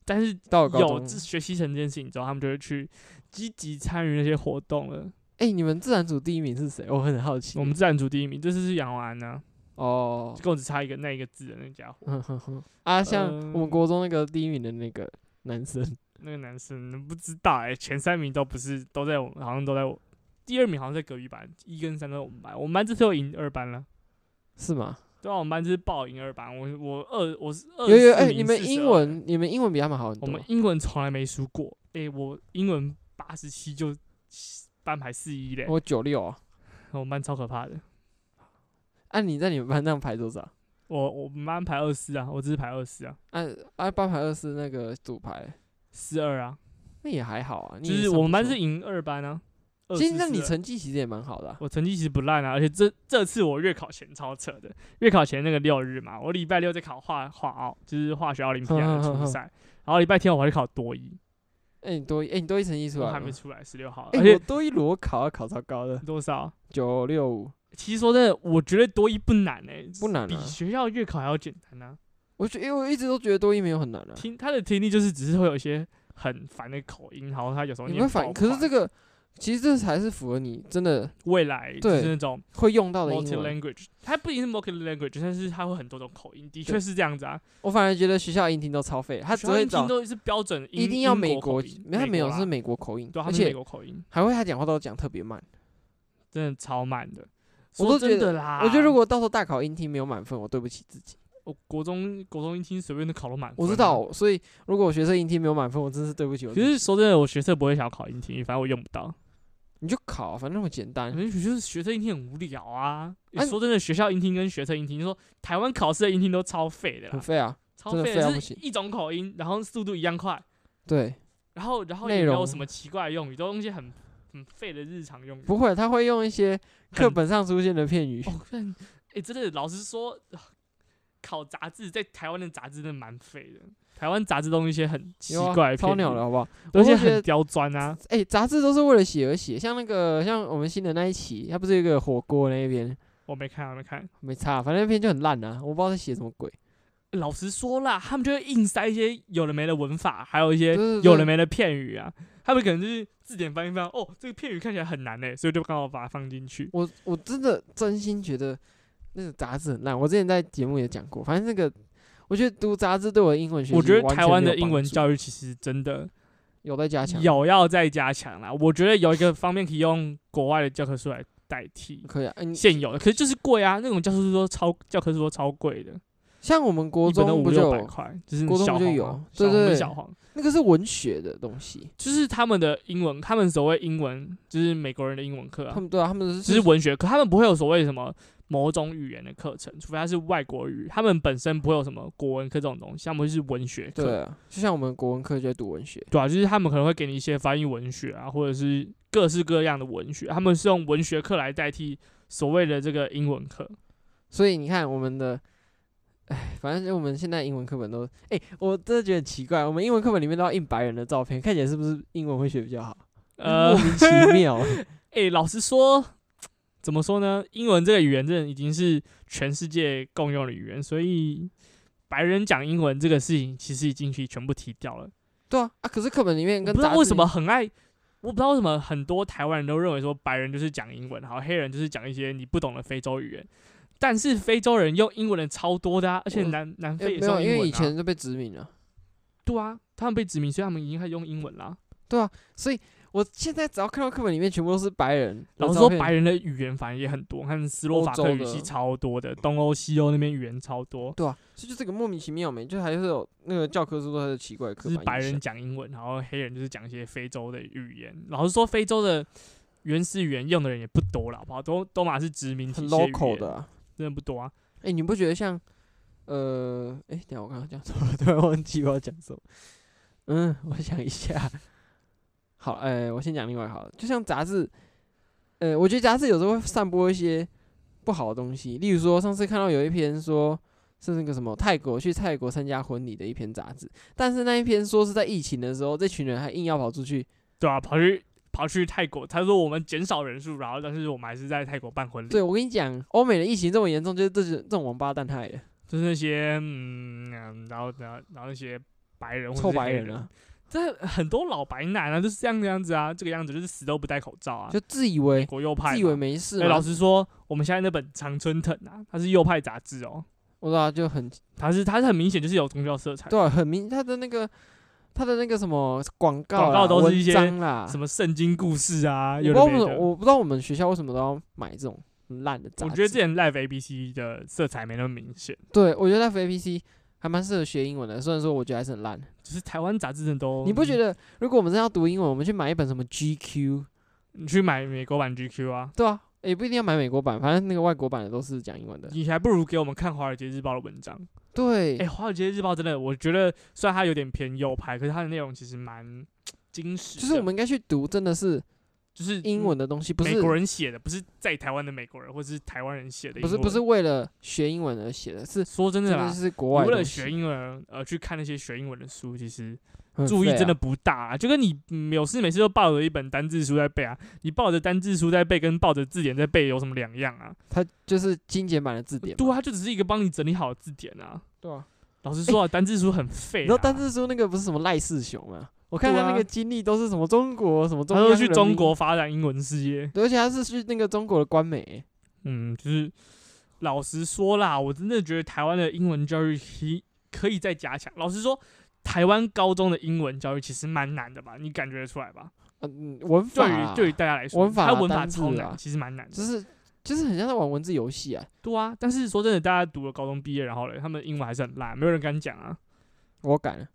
S2: 但是
S1: 到了高
S2: 有
S1: 中
S2: 自。学习成这件事情之后，他们就会去积极参与那些活动了。
S1: 哎、你们自然组第一名是谁？我很好奇。
S2: 我们自然组第一名，这次是杨安呢、
S1: 哦
S2: 啊，，跟我只差一个那一个字的那家伙，
S1: 哼哼哼啊，像我们
S2: 嗯
S1: 国中那个第一名的那个男生，
S2: 那个男生不知道哎、前三名都不是都在我们，好像都在我。第二名好像在隔壁班，一跟三都在我们班。我们班这次又赢二班了，
S1: 是吗？
S2: 对啊，我们班就是报赢二班，我我二我是二
S1: 有有哎、
S2: 哎、
S1: 你们英
S2: 42，
S1: 文，你们英文比他们好很
S2: 我
S1: 多
S2: 们。英文从来没输过，哎、我英文八十七就班排四一嘞，我
S1: 我九六啊，
S2: 们班超可怕的，
S1: 啊，你在你们班上排多少？
S2: 我我们班排二四啊，我只是排二四啊，
S1: 啊啊，八排二四那个组排，
S2: 四二啊，
S1: 那也还好啊。你
S2: 就
S1: 也
S2: 是
S1: 算
S2: 我们
S1: 不
S2: 班
S1: 错
S2: 是，赢二班啊，24
S1: 其实那你
S2: 42
S1: 成绩其实也蛮好的啊、
S2: 我成绩其实不烂啊，而且这这次我月考前超扯的，月考前那个六日嘛，我礼拜六在考化化奥，就是化学奥林匹亚的初赛，然后礼拜天我还去考多一，
S1: 哎、你多一哎、你多一成绩出
S2: 我
S1: 来
S2: 还
S1: 了
S2: 没
S1: 吗？
S2: 出来十六号，
S1: 哎、
S2: 而且
S1: 我多一裸考啊，考超高的，
S2: 多少？
S1: 九六五。
S2: 其实说真的，我觉得多一不难哎、
S1: 不难啊
S2: 比学校月考还要简单啊。
S1: 我觉得，因为我一直都觉得多一没有很难啊。
S2: 听他的听力就是只是会有一些很烦的口音，然后他有时候
S1: 你
S2: 念
S1: 会
S2: 不
S1: 反，
S2: 快
S1: 可是这个其实这才是符合你真的
S2: 未来就是
S1: 对
S2: 那种
S1: 会用到的
S2: multi
S1: 英文。啊
S2: language，它不一定是 multi language，但是它会很多种口音，的确是这样子啊。
S1: 我反而觉得学校音听都超废，他只
S2: 学校
S1: 会
S2: 音听
S1: 找
S2: 都是标准英，
S1: 一定要
S2: 英
S1: 美
S2: 国口音，
S1: 没他没有
S2: 啦
S1: 是美国口音，
S2: 对啊，他
S1: 而
S2: 们是美
S1: 且
S2: 国口音，
S1: 还会他讲话都讲特别慢，
S2: 真的超慢的。
S1: 我
S2: 说
S1: 都觉
S2: 真
S1: 得
S2: 的啦，
S1: 我觉得如果到时候大考英听没有满分，我对不起自己。
S2: 我国中国中一听随便都考到满分，
S1: 我
S2: 啊
S1: 知。道，所以如果我学测英听没有满分，我真是对不起我
S2: 其
S1: 自己。
S2: 实说真的，我学测不会想要考英听，反正我用不到。
S1: 你就考，啊反正那么简单
S2: 可。能就是学测英听很无聊啊。
S1: 啊
S2: 说真的，学校英听跟学测英听，你说台湾考试的英听都超废的
S1: 很
S2: 啦，
S1: 废啊。
S2: 超
S1: 真的
S2: 废
S1: 废到
S2: 的，
S1: 不
S2: 就是
S1: 行
S2: 一种口音，然后速度一样快，
S1: 对，
S2: 然后然后
S1: 内
S2: 也没有
S1: 容
S2: 什么奇怪的用语，都用一些很很废的日常用语。
S1: 不会，他会用一些课本上出现的片语。
S2: 哦，看，哎、真的，老实说，考杂志在台湾的杂志真的蛮废的。台湾杂志都用一些很奇
S1: 有啊
S2: 怪的
S1: 超
S2: 片
S1: 鸟
S2: 语
S1: 的好不好？
S2: 而
S1: 我
S2: 且
S1: 会觉
S2: 很
S1: 得，
S2: 刁钻啊。
S1: 哎、杂志都是为了写而写，像那个像我们新的那一期，它不是有一个火锅那一篇，
S2: 我没看，我没看。
S1: 没差，反正那篇就很烂啊，我不知道在写什么鬼。
S2: 老实说啦，他们就会硬塞一些有的没的文法，还有一些
S1: 对对对
S2: 哎有的没的片语啊。他们可能就是字典翻一翻，哦，这个片语看起来很难呢，所以就刚好把它放进去。
S1: 我我真的真心觉得那个杂志很烂，我之前在节目也讲过，反正那个我觉得读杂志对我的英文学习
S2: 我
S1: 完全没
S2: 觉得
S1: 有帮助，
S2: 台湾的英文教育其实真的
S1: 有待加强，
S2: 有要再加强啦。我觉得有一个方面可以用国外的教科书来代替。
S1: 可以啊。嗯、
S2: 现有的，可是就是贵啊，那种教科书都超教科书都超贵的，
S1: 像我们国
S2: 一本都
S1: 中
S2: 五
S1: 不就
S2: 六百
S1: 有
S2: 块，就是
S1: 国中
S2: 小
S1: 不就
S2: 黄
S1: 有
S2: 啊
S1: 对
S2: 小黄
S1: 对
S2: 小黄，
S1: 那个是文学的东西，
S2: 就是他们的英文，他们所谓英文就是美国人的英文课
S1: 他
S2: 啊，
S1: 们对啊，他们是
S2: 只是文学课，他们不会有所谓什么某种语言的课程，除非他是外国语，他们本身不会有什么国文课这种东西，他们就是文学
S1: 对
S2: 课，
S1: 啊，就像我们国文课就在读文学，
S2: 对啊，就是他们可能会给你一些翻译文学啊，或者是各式各样的文学，他们是用文学课来代替所谓的这个英文课，
S1: 所以你看我们的，哎，反正我们现在英文课本都，哎、我真的觉得很奇怪，我们英文课本里面都要印白人的照片，看起来是不是英文会学比较好？
S2: 呃
S1: 莫，名其 妙。
S2: 哎、老实说，怎么说呢？英文这个语言真的已经是全世界共用的语言，所以白人讲英文这个事情其实已经去全部提掉了。
S1: 对啊，啊，可是课本里面
S2: 我
S1: 跟
S2: 不知
S1: 杂
S2: 道
S1: 志
S2: 为什么很爱，我不知道为什么很多台湾人都认为说白人就是讲英文，然后黑人就是讲一些你不懂的非洲语言。但是非洲人用英文的超多的、啊，而且
S1: 我
S2: 南南
S1: 哎
S2: 非也
S1: 没
S2: 是
S1: 有，
S2: 用英
S1: 因
S2: 文、啊
S1: 为以前就被殖民了。
S2: 对啊，他们被殖民，所以他们已经开始用英文啦。
S1: 所以我现在只要看到课本里面全部都是白人，
S2: 老实说，白人的语言反正也很多，看斯洛
S1: 欧
S2: 伐
S1: 洲
S2: 克语
S1: 的
S2: 系超多的，东欧、西欧那边语言超多。
S1: 对啊，所以就这个莫名其妙没，就还是有那个教科书都还是奇怪的刻板
S2: 就是
S1: 印
S2: 白
S1: 象
S2: 人讲英文，然后黑人就是讲一些非洲的语言。老实说，非洲的原始语言用的人也不多了，好不好？都都嘛是殖民体
S1: 很
S2: 系的语
S1: local
S2: 言
S1: 的、啊。
S2: 真的不多啊。
S1: 哎、你不觉得像呃，哎、等一下我刚刚讲什么了？ 突然忘记我要讲什么。嗯，我想一下。好，哎、我先讲另外一个好了，就像杂志，呃，我觉得杂志有时候会散播一些不好的东西，例如说上次看到有一篇说是那个什么泰国去泰国参加婚礼的一篇杂志，但是那一篇说是在疫情的时候，这群人还硬要跑出去，
S2: 对啊，跑去跑去泰国，他说我们减少人数，然后但是我们还是在泰国办婚礼。
S1: 对，我跟你讲，欧美的疫情这么严重，就是这些这种王八蛋害的，
S2: 就是那些嗯，嗯然后然后然后那些白人或者
S1: 臭
S2: 是
S1: 白
S2: 黑
S1: 人啊，
S2: 这很多老白男啊，就是这样这样子啊，这个样子就是死都不戴口罩啊，
S1: 就自以
S2: 美
S1: 为
S2: 国右派嘛，
S1: 自以为没事啊
S2: 哎、
S1: 嘛，
S2: 老实说，我们现在那本《常春藤》啊，它是右派杂志哦，
S1: 我知道就很
S2: 它是它是很明显就是有宗教色彩，
S1: 对啊、很明他的那个他的那个什么广告啦、
S2: 广告都是一些
S1: 文章啦，
S2: 什么圣经故事啊，
S1: 啊我
S2: 有
S1: 不知道为
S2: 的没
S1: 什
S2: 的
S1: 么，。我不知道我们学校为什么都要买这种很烂的杂
S2: 我
S1: 志。
S2: 觉得之前 Live ABC 的色彩没那么明显，
S1: 对我觉得 F A P C 还蛮适合学英文的，虽然说我觉得还是很烂。
S2: 就是台湾杂志真的都，
S1: 你不觉得如果我们真的要读英文，我们去买一本什么 G Q，
S2: 你去买美国版 GQ 啊？
S1: 对啊，也不一定要买美国版，反正那个外国版的都是讲英文的。
S2: 你还不如给我们看《华尔街日报》的文章。
S1: 对，
S2: 哎、华尔街日报》真的，我觉得虽然它有点偏右派，可是它的内容其实蛮精实的。
S1: 就是我们应该去读真的是
S2: 就是
S1: 英文的东西，不
S2: 美
S1: 是
S2: 国人写的，不是在台湾的美国人或者是台湾人写的英
S1: 不
S2: 文。
S1: 是不是为了学英文而写的，是
S2: 说真
S1: 真
S2: 的啦，
S1: 的是国外的
S2: 为了
S1: 东西
S2: 学英文而去看那些学英文的书，其实
S1: 很
S2: 注意
S1: 废啊
S2: 真的不大、啊。就跟你嗯有事没事就抱着一本单字书在背啊，你抱着单字书在背跟抱着字典在背有什么两样啊？
S1: 它就是精简版的字典嘛。
S2: 对啊，它就只是一个帮你整理好的字典啊。
S1: 对啊，
S2: 老实说啊，单字书很废、啊。
S1: 然后单字书那个不是什么赖世雄吗？我看
S2: 对
S1: 他
S2: 啊
S1: 那个经历都是什么中国什么中
S2: 他
S1: 央
S2: 说去
S1: 人
S2: 中
S1: 民
S2: 国，发展英文事业，
S1: 对而且他是去那个中国的官媒，
S2: 嗯，就是老实说啦，我真的觉得台湾的英文教育可以可以再加强。老实说，台湾高中的英文教育其实蛮难的吧？你感觉得出来吧？
S1: 嗯，文法
S2: 对于
S1: 啊
S2: 对于大家来说，
S1: 文法啊
S2: 它文法
S1: 单字
S2: 超难，
S1: 啊
S2: 其实蛮难的。
S1: 就是就是很像在玩文字游戏啊。
S2: 对啊，但是说真的，大家读了高中毕业，然后嘞，他们英文还是很烂，没有人敢讲啊。
S1: 我敢了，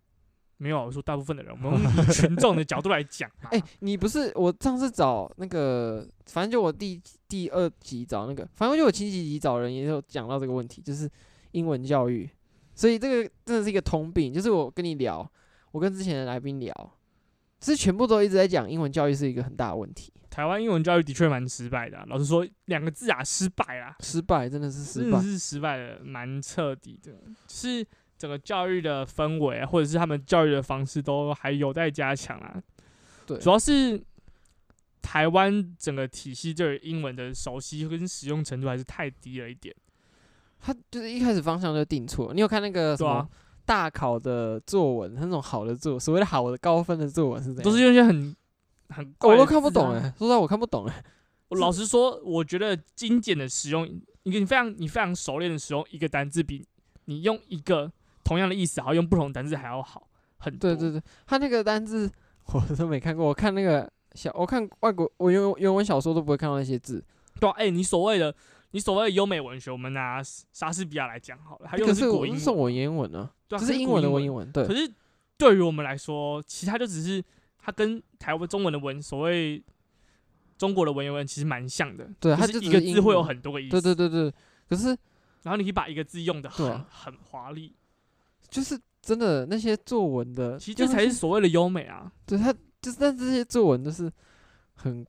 S2: 没有，我说大部分的人，我们以群众的角度来讲嘛。
S1: 哎、你不是我上次找那个，反正就我第第二集找那个，反正就我前几集找人也有讲到这个问题，就是英文教育，所以这个真的是一个通病。就是我跟你聊，我跟之前的来宾聊，是全部都一直在讲英文教育是一个很大的问题，
S2: 台湾英文教育的确蛮失败的啊、老实说，两个字啊，失败啦，
S1: 失败真的是失
S2: 真的
S1: 败。
S2: 是失败的蛮彻底的，就是整个教育的氛围啊或者是他们教育的方式都还有待加强啊。
S1: 对
S2: 主要是台湾整个体系对于英文的熟悉跟使用程度还是太低了一点，
S1: 他就是一开始方向就定错。你有看那个什
S2: 对
S1: 么
S2: 啊，
S1: 大考的作文，那种好的作，所谓的好的高分的作文是怎样？
S2: 都是用一些很很怪
S1: 我
S2: 的
S1: 都看不
S2: 字啊
S1: 懂哎、说实话我看不懂哎、
S2: 我老实说，我觉得精简的使用一个你非常你非常熟练的使用一个单字，比你用一个同样的意思，然后用不同的单字还要好很多。
S1: 对对对，他那个单字 我都没看过，我看那个小，我看外国我原原文小说都不会看到那些字，
S2: 对啊，哎、你所谓的你所谓的优美文学，我们拿莎士比亚来讲好了，他用
S1: 可
S2: 的
S1: 是
S2: 国
S1: 我
S2: 英
S1: 那
S2: 文，
S1: 是文言文啊，
S2: 对啊
S1: 这
S2: 可
S1: 是英文的
S2: 古
S1: 文言文，对
S2: 可是对于我们来说，其实它就只是它跟台湾中文的文所谓中国的文言文其实蛮像的，
S1: 对，
S2: 就
S1: 它
S2: 是
S1: 就只
S2: 一个
S1: 是
S2: 字
S1: 英
S2: 会有
S1: 文
S2: 很多个意
S1: 对
S2: 思，
S1: 对对对，可是
S2: 然后你可以把一个字用的
S1: 对
S2: 很、
S1: 啊
S2: 很华丽，
S1: 就是真的那些作文的，
S2: 其实
S1: 呃就
S2: 这
S1: 那
S2: 才是
S1: 些
S2: 所谓的优美啊。
S1: 对他就是但这些作文都是很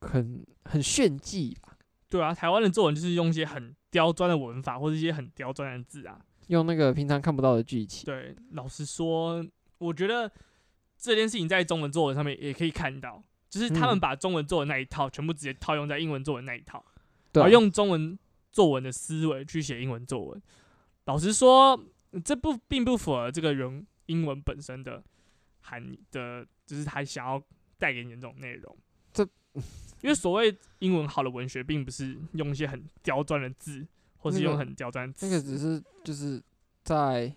S1: 很很炫技吧，
S2: 对啊，台湾的作文就是用一些很刁钻的文法或者一些很刁钻的字啊。
S1: 用那个平常看不到的剧情，
S2: 对，老实说，我觉得这件事情在中文作文上面也可以看到，就是他们
S1: 嗯
S2: 把中文作文那一套全部直接套用在英文作文那一套，
S1: 对啊、
S2: 而用中文作文的思维去写英文作文。老实说，这不并不符合这个人英文本身的含义的，就是他想要带给你的这种内容。
S1: 这，
S2: 因为所谓英文好的文学，并不是用一些很刁钻的字，或是
S1: 那个
S2: 用很刁钻的词。
S1: 那个只是就是在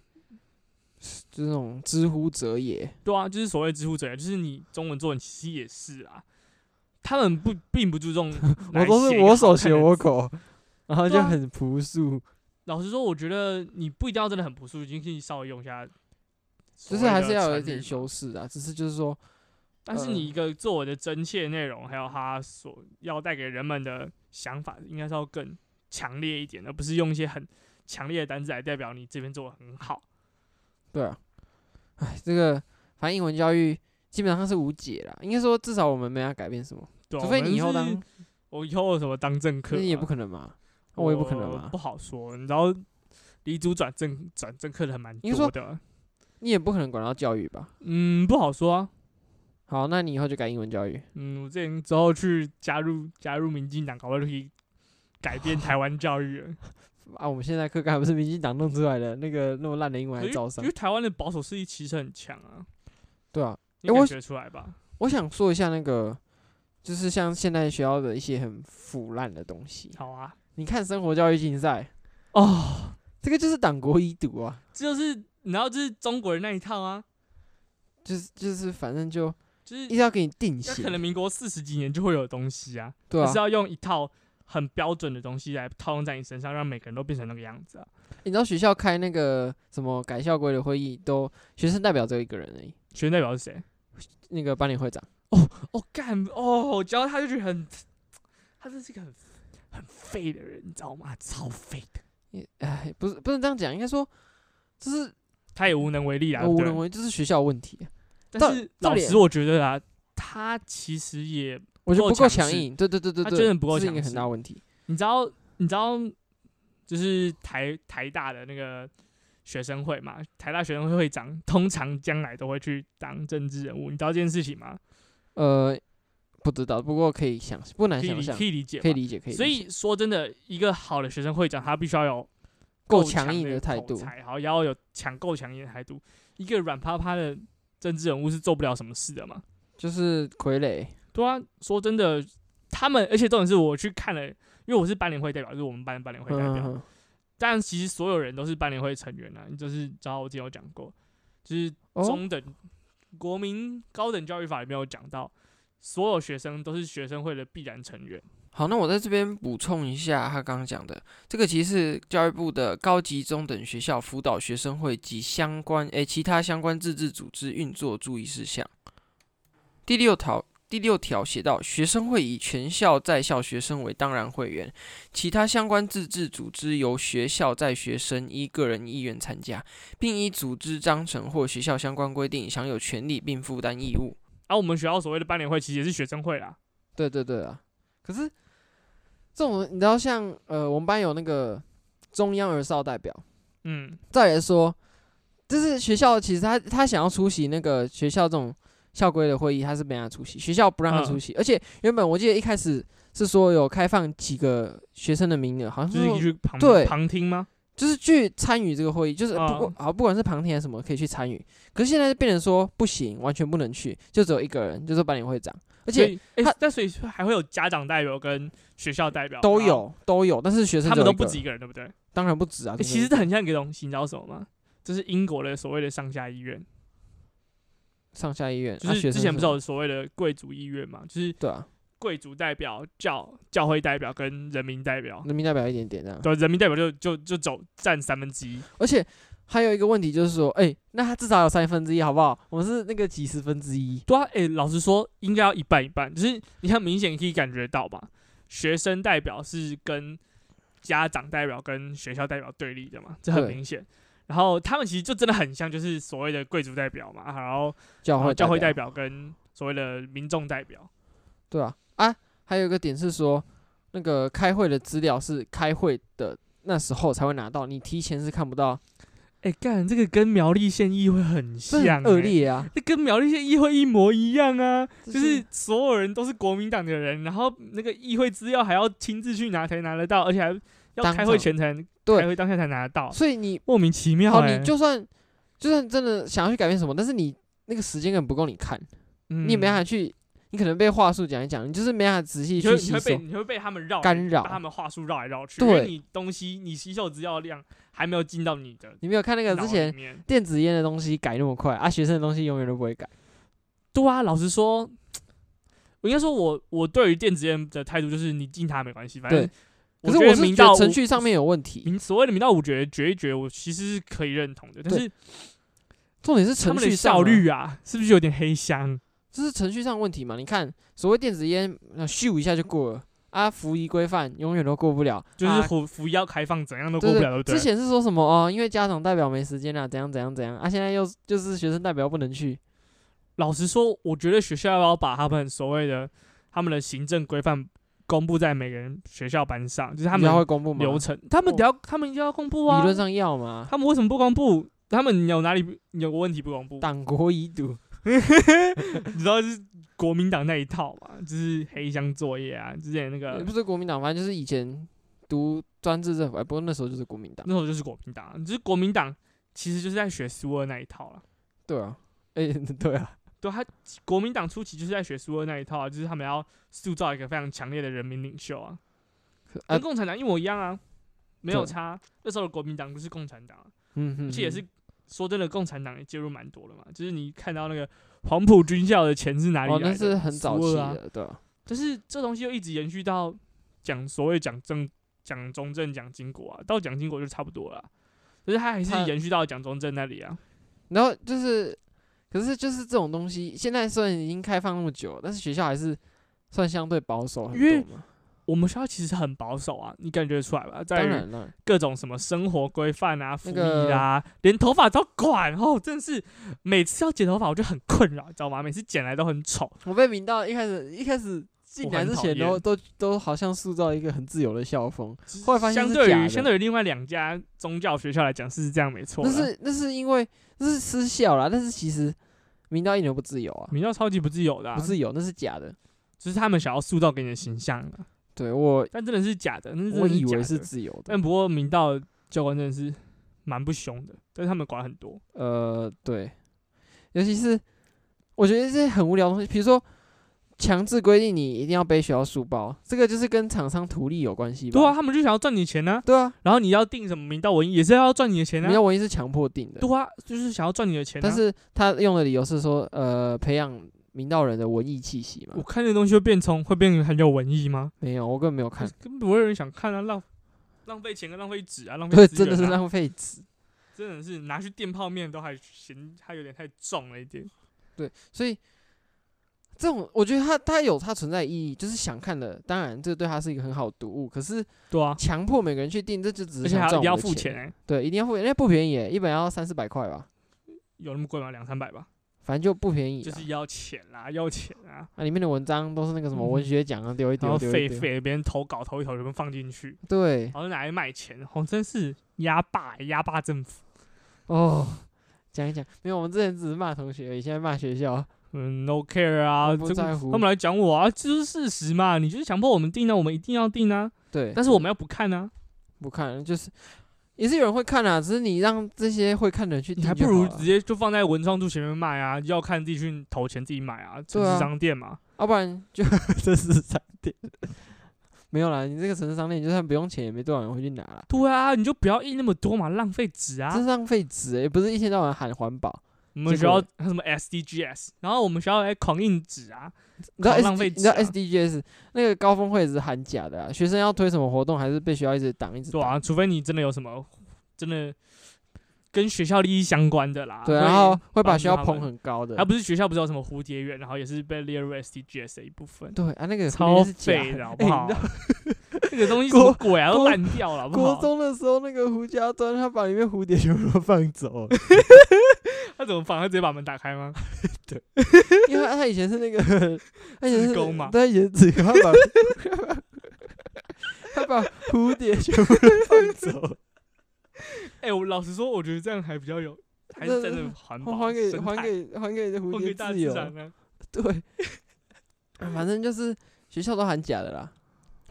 S1: 就那种知乎者也。
S2: 对啊，就是所谓知乎者也，就是你中文作文其实也是啊。他们不并不注重 来
S1: 我都
S2: 写
S1: 是
S2: 一个
S1: 我
S2: 好
S1: 手
S2: 看
S1: 写
S2: 的
S1: 我
S2: 字
S1: 口， 然后
S2: 对
S1: 就
S2: 啊
S1: 很朴素，
S2: 老实说，我觉得你不一定要真的很朴素，你可以稍微用一下，
S1: 就是还是要有一点
S2: 修。
S1: 修饰啊。只是就是说，
S2: 但是你
S1: 呃
S2: 一个作文的真切内容，还有它所要带给人们的想法，应该是要更强烈一点，而不是用一些很强烈的单字来代表你这篇作文很好。
S1: 对啊，哎，这个反正英文教育基本上是无解啦。应该说，至少我们没法改变什么，
S2: 对啊、
S1: 除非你以后
S2: 我们是
S1: 当，
S2: 我以后有什么当政客
S1: 那
S2: 啊，
S1: 你也不可能嘛，那我也不可能啊
S2: 我
S1: 嘛
S2: 不，好说。你知道，离组转政转政客的还蛮
S1: 应该说
S2: 多的，
S1: 你也不可能管到教育吧。
S2: 嗯，不好说啊。
S1: 好，那你以后就改英文教育。
S2: 嗯，我之前之后去加入加入民进党，搞不好就可以改 变台湾教育了。
S1: 啊，我们现在课纲还不是民进党弄出来的，那个那么烂的英文
S2: 因为
S1: 还招商
S2: 因为。台湾的保守势力其实很强啊，
S1: 对啊，
S2: 你
S1: 诶我
S2: 感觉出来吧？
S1: 我想说一下那个，就是像现在学校的一些很腐烂的东西。
S2: 好啊，
S1: 你看生活教育竞赛，
S2: 哦，
S1: 这个就是党国遗毒啊，
S2: 这就是你知道，这是中国人那一套啊，
S1: 就是就是反正就
S2: 就是
S1: 一直要给你定
S2: 那
S1: 型
S2: 可，能民国四十几年就会有的东西啊，
S1: 对啊
S2: 就是。要用一套很标准的东西来套用在你身上，让每个人都变成那个样子啊。
S1: 你知道学校开那个什么改校规的会议，都学生代表只有一个人而已，
S2: 学生代表是谁？
S1: 那个班联会长。
S2: 哦，干哦，我教他就觉得很，他真是一个很很废的人，你知道吗？超废的，
S1: 也哎，不是不能这样讲，应该说就是
S2: 他也无能为力啊，
S1: 我无
S2: 对
S1: 能为，就是学校的问题，啊
S2: 但是
S1: 到
S2: 老
S1: 底
S2: 师，我觉得啊，他其实也，
S1: 我觉得
S2: 不
S1: 不
S2: 够
S1: 够
S2: 强
S1: 强
S2: 势
S1: 硬。对对对对
S2: 他
S1: 对，
S2: 真的不够
S1: 这是一个
S2: 强
S1: 很
S2: 势
S1: 大问题。
S2: 你知道，你知道，就是台台大的那个学生会嘛，台大学生会会长通常将来都会去当政治人物，你知道这件事情吗？
S1: 呃，不知道，不过可以想，不难
S2: 可
S1: 哎
S2: 以
S1: 想
S2: 理
S1: 象
S2: 可，以理解吧，
S1: 可以理解，可以理解。
S2: 所以说真的，一个好的学生会长，他必须要有
S1: 够
S2: 强
S1: 强硬
S2: 的
S1: 的态
S2: 口
S1: 度
S2: 才好，也要有强够强硬的态度。一个软趴趴的政治人物是做不了什么事的嘛。
S1: 就是傀儡，
S2: 对啊，说真的，他们而且重点是我去看了，因为我是班联会代表，就是我们班的班联会代表。
S1: 嗯，
S2: 但其实所有人都是班联会成员啊，就是知道我之前有讲过，就是
S1: 哦，
S2: 中等、国民高等教育法里面有讲到，所有学生都是学生会的必然成员。
S1: 好，那我在这边补充一下他刚刚讲的，这个其实是教育部的高级中等学校辅导学生会及相关诶、其他相关自治组织运作注意事项。第六条第六条写到，学生会以全校在校学生为当然会员，其他相关自治组织由学校在学生依个人意愿参加，并依组织章程或学校相关规定享有权利并负担义务。
S2: 而、啊我们学校所谓的班联会其实也是学生会啦，
S1: 对对对啊，可是这种你知道像，呃，我们班有那个中央儿少代表，
S2: 嗯，
S1: 照理来说，就是学校其实他他想要出席那个学校这种校规的会议，他是没办法出席，学校不让他
S2: 嗯
S1: 出席，而且原本我记得一开始是说有开放几个学生的名额，好像
S2: 就是是
S1: 说
S2: 去旁
S1: 哦对
S2: 旁听吗？
S1: 就是去参与这个会议，就是不
S2: 嗯
S1: 过好不管是旁听还是什么，可以去参与。可是现在就变成说不行，完全不能去，就只有一个人，就是班里会长，而
S2: 所
S1: 且
S2: 以，哎、
S1: 他
S2: 那所以还会有家长代表跟学校代表
S1: 都，
S2: 然后
S1: 有都有，但是学生
S2: 他
S1: 只
S2: 们
S1: 有
S2: 都
S1: 一
S2: 不
S1: 个
S2: 止一个人，对不对？
S1: 当然不止啊。
S2: 欸
S1: 对不
S2: 其实
S1: 对
S2: 这很像一个东西，你知道什么吗？这是英国的所谓的上下议院，
S1: 上下医院，
S2: 就
S1: 啊
S2: 是
S1: 学
S2: 之
S1: 生
S2: 前不是
S1: 什么
S2: 有所谓的贵族议院嘛，就是
S1: 对啊，
S2: 贵族代表、教教会代表跟人民代表，
S1: 人民代表一点点这样。
S2: 哦对，人民代表就就就走占三分之一，
S1: 而且还有一个问题就是说，哎、那他至少有三分之一，好不好？我们是那个几十分之一，
S2: 对啊，哎、老实说，应该要一半一半，就是你很明显可以感觉到吧，学生代表是跟家长代表跟学校代表对立的嘛，这很
S1: 对
S2: 明显。然后他们其实就真的很像，就是所谓的贵族代表嘛，然后
S1: 教
S2: 然后
S1: 会
S2: 哦教会代
S1: 代表，
S2: 表跟所谓的民众代表，
S1: 对啊，啊，还有一个点是说，那个开会的资料是开会的那时候才会拿到，你提前是看不到，
S2: 哎、干，这个跟苗栗县议会很
S1: 这
S2: 像、
S1: 很恶，劣啊。
S2: 这跟苗栗县议会一模一样啊！
S1: 这
S2: 就是
S1: 是
S2: 所有人都是国民党的人，然后那个议会资料还要亲自去拿才拿得到，而且还要
S1: 当
S2: 开会
S1: 场
S2: 前才能
S1: 对
S2: 开会当下才拿得到，
S1: 所以你
S2: 莫名其妙、
S1: 好，
S2: 哦欸。
S1: 你就算就算真的想要去改变什么，但是你那个时间根本不够你看，
S2: 嗯
S1: 你也没办法去，你可能被话术讲一讲，你就是没办法仔细
S2: 你
S1: 去
S2: 会
S1: 吸
S2: 你会被
S1: 收。
S2: 你会被他们绕
S1: 干扰
S2: 被他们话术绕来绕去，
S1: 对
S2: 因为你东西你吸收资料量还没有进到你的
S1: 你没有看那个
S2: 脑
S1: 之
S2: 里
S1: 前
S2: 面
S1: 电子烟的东西改那么快啊，学生的东西永远都不会改。
S2: 对啊，老实说，我应该说我我对于电子烟的态度就是你进它没关系，反正
S1: 对可是
S2: 觉
S1: 我
S2: 得
S1: 是
S2: 明
S1: 觉
S2: 道
S1: 得程
S2: 无
S1: 序上面有问题，
S2: 明所谓的明道五绝绝一绝，我其实是可以认同的，但
S1: 对
S2: 是
S1: 重点是
S2: 他
S1: 程
S2: 们
S1: 序
S2: 的
S1: 上啊
S2: 效，率啊，是不是有点黑箱？
S1: 这是程序上的问题嘛？你看，所谓电子烟，那咻一下就过了啊，服仪规范永远都过不了，
S2: 就是
S1: 啊
S2: 服服药开放怎样都过
S1: 对
S2: 不了，
S1: 对，
S2: 对不对
S1: 之？前是说什么哦，因为家长代表没时间啊，怎样怎样怎样啊，现在又就是学生代表不能去，
S2: 老实说，我觉得学校要把他们所谓的他们的行政规范公布在每个人学校班上，就是他
S1: 你知道
S2: 们
S1: 会公布吗？
S2: 流程，他们
S1: 哦
S2: 得要他们一定要公布啊。
S1: 理论上要嘛，
S2: 他们为什么不公布？他们有哪里有问题不公布？
S1: 党国遗毒，
S2: 你知道就是国民党那一套嘛，就是黑箱作业啊，之前那
S1: 也
S2: 个
S1: 不是国民党，反正就是以前读专制政府，哎，不过那时候就是国民党，
S2: 那时候就是国民党，就是国民党其实就是在学苏俄那一套了。
S1: 对啊，哎， 对啊，
S2: 对他，国民党初期就是在学苏俄那一套啊，就是他们要塑造一个非常强烈的人民领袖啊，
S1: 啊
S2: 跟，共产党一模一样啊，没有
S1: 对
S2: 差。那时候的国民党就是共产党啊，
S1: 嗯哼，
S2: 而且也是说真的，共产党也介入蛮多的嘛。就是你看到那个黄埔军校的钱是哪里
S1: 哦，
S2: 来的？
S1: 那是很早
S2: 苏
S1: 期
S2: 俄啊。
S1: 的，对啊，
S2: 但是这东西又一直延续到讲所谓讲政、讲中正、讲经国啊，到蒋经国就差不多了啊。就是他还是
S1: 他
S2: 延续到蒋中正那里啊。
S1: 然后就是，可是就是这种东西，现在虽然已经开放那么久，但是学校还是算相对保守很
S2: 因为
S1: 多嘛。
S2: 我们学校其实很保守啊，你感觉得出来吧？在
S1: 当
S2: 于
S1: 然了，
S2: 各种什么生活规范啊、服
S1: 那
S2: 役
S1: 个
S2: 啊，连头发都管哦，真是每次要剪头发我就很困扰，你知道吗？每次剪来都很丑，
S1: 我被明道一开始一开始进
S2: 我
S1: 来
S2: 很
S1: 之
S2: 讨
S1: 前都
S2: 厌
S1: 都都好像塑造一个很自由的校风，
S2: 就是
S1: 后来发现
S2: 相
S1: 是
S2: 对
S1: 假
S2: 于
S1: 的
S2: 相对于另外两家宗教学校来讲是这样没错啦，
S1: 那是那是因为那是私校啦，但是其实明道一点都不自由啊，
S2: 明教超级不自由的、啊，
S1: 不自由那是假的。
S2: 就是他们想要塑造给你的形象、啊，
S1: 对我
S2: 但真的是假的，那是真
S1: 我
S2: 的是
S1: 以为
S2: 假
S1: 是
S2: 的，嗯
S1: 自由的，
S2: 但不过明道教官真的是蛮不凶的，但是他们管很多，
S1: 呃，对，尤其是我觉得这些很无聊的东西，比如说强制规定你一定要背学校书包，这个就是跟厂商图利有关系吧？
S2: 对啊，，他们就想要赚你钱呢、
S1: 对啊，
S2: 然后你要定什么明道文也是要赚你的钱
S1: 你
S2: 啊
S1: 要，文艺是强迫定的，
S2: 对啊，就是想要赚你的钱、啊。
S1: 但是他用的理由是说，呃，培养明道人的文艺气息嘛
S2: 我。看这东西会变聪，会变很有文艺吗？
S1: 没有，我根本没有看，
S2: 根本不会有人想看啊，浪浪费钱跟浪费纸啊，浪费
S1: 对，
S2: 资
S1: 真
S2: 源啊
S1: 的是浪费纸。
S2: 真的是拿去垫泡面都还嫌它有点太重了一点。
S1: 对，所以这种我觉得它它有它存在的意义，就是想看的，当然这对他是一个很好的读物。可是
S2: 对啊，
S1: 强迫每个人去订，这就只
S2: 而
S1: 是
S2: 且
S1: 想
S2: 还一
S1: 赚
S2: 定
S1: 我
S2: 要
S1: 们的
S2: 付钱
S1: 钱。
S2: 哎、
S1: 对，一定要付钱，因为不便宜耶，一本要三四百块吧，
S2: 有那么贵吗？两三百吧，
S1: 反正就不便宜
S2: 就
S1: 啦。
S2: 是要钱啦，要钱啊。
S1: 啊，里面的文章都是那个什么
S2: 嗯
S1: 文学奖啊，丢一
S2: 然后
S1: 丢，丢
S2: 废
S1: 一丢。嗯
S2: 废，别人投稿投一投就跟放进去，
S1: 对
S2: 然，后就拿来卖钱，哦，真是压霸压霸政府。
S1: 哦，讲一讲，没有，我们之前只是骂同学而已，现在骂学校。
S2: 嗯，no care 啊，
S1: 我不
S2: 这个
S1: 在乎
S2: 他们来讲我啊，这就是事实嘛。你就是强迫我们订啊，我们一定要订啊，
S1: 对，
S2: 但是我们要不看啊，
S1: 不看，就是也是有人会看啊，只是你让这些会看的人去
S2: 你
S1: 订
S2: 还
S1: 就
S2: 不
S1: 好
S2: 如
S1: 了
S2: 直接就放在文创处前面卖啊，要看地区投钱自己买啊，城
S1: 对啊
S2: 市商店嘛。
S1: 要不然 就 这是商店。没有啦，你这个城市商店，就算不用钱，也没多少人会去拿啦，
S2: 对啊，你就不要印那么多嘛，浪费纸啊
S1: 这。是浪费纸、欸，不是一天到晚喊环保。
S2: 我们学
S1: 结果
S2: 校什么 SDGs，然后我们学校还狂印纸啊，
S1: 你知道
S2: 狂
S1: S，、
S2: 浪费
S1: 你知道
S2: 纸啊
S1: SDGs 那个高峰会也是喊假的啊，学生要推什么活动，还是被学校一直挡，一直
S2: 对
S1: 挡。
S2: 啊，除非你真的有什么真的跟学校利益相关的啦。
S1: 对，
S2: 会
S1: 然后会把
S2: 帮
S1: 学校
S2: 啊他
S1: 捧
S2: 们
S1: 很高的
S2: 还。不是学校不是有什么蝴蝶园，然后也是被列入 SDGs 的一部分，
S1: 对啊，那个明
S2: 超
S1: 明是假
S2: 废的好不
S1: 欸
S2: 好
S1: 你知道？
S2: 那个东西什
S1: 国
S2: 么鬼啊，都
S1: 国
S2: 烂掉了好不
S1: 国
S2: 好？
S1: 中的时候，那个胡家庄他把里面蝴蝶全部都放走了，
S2: 他怎么放？他直接把门打开吗？
S1: 因为他以前是那个，他以前是
S2: 自工嘛
S1: 他以前自工，他把他把蝴蝶全部都放走，
S2: 哎、我老实说，我觉得这样还比较有，还是真的环保，
S1: 还给
S2: 生
S1: 还
S2: 态
S1: 给还给蝴
S2: 还
S1: 蝶
S2: 给大
S1: 自
S2: 自
S1: 由，
S2: 然啊。
S1: 对， 反正就是学校都喊假的啦。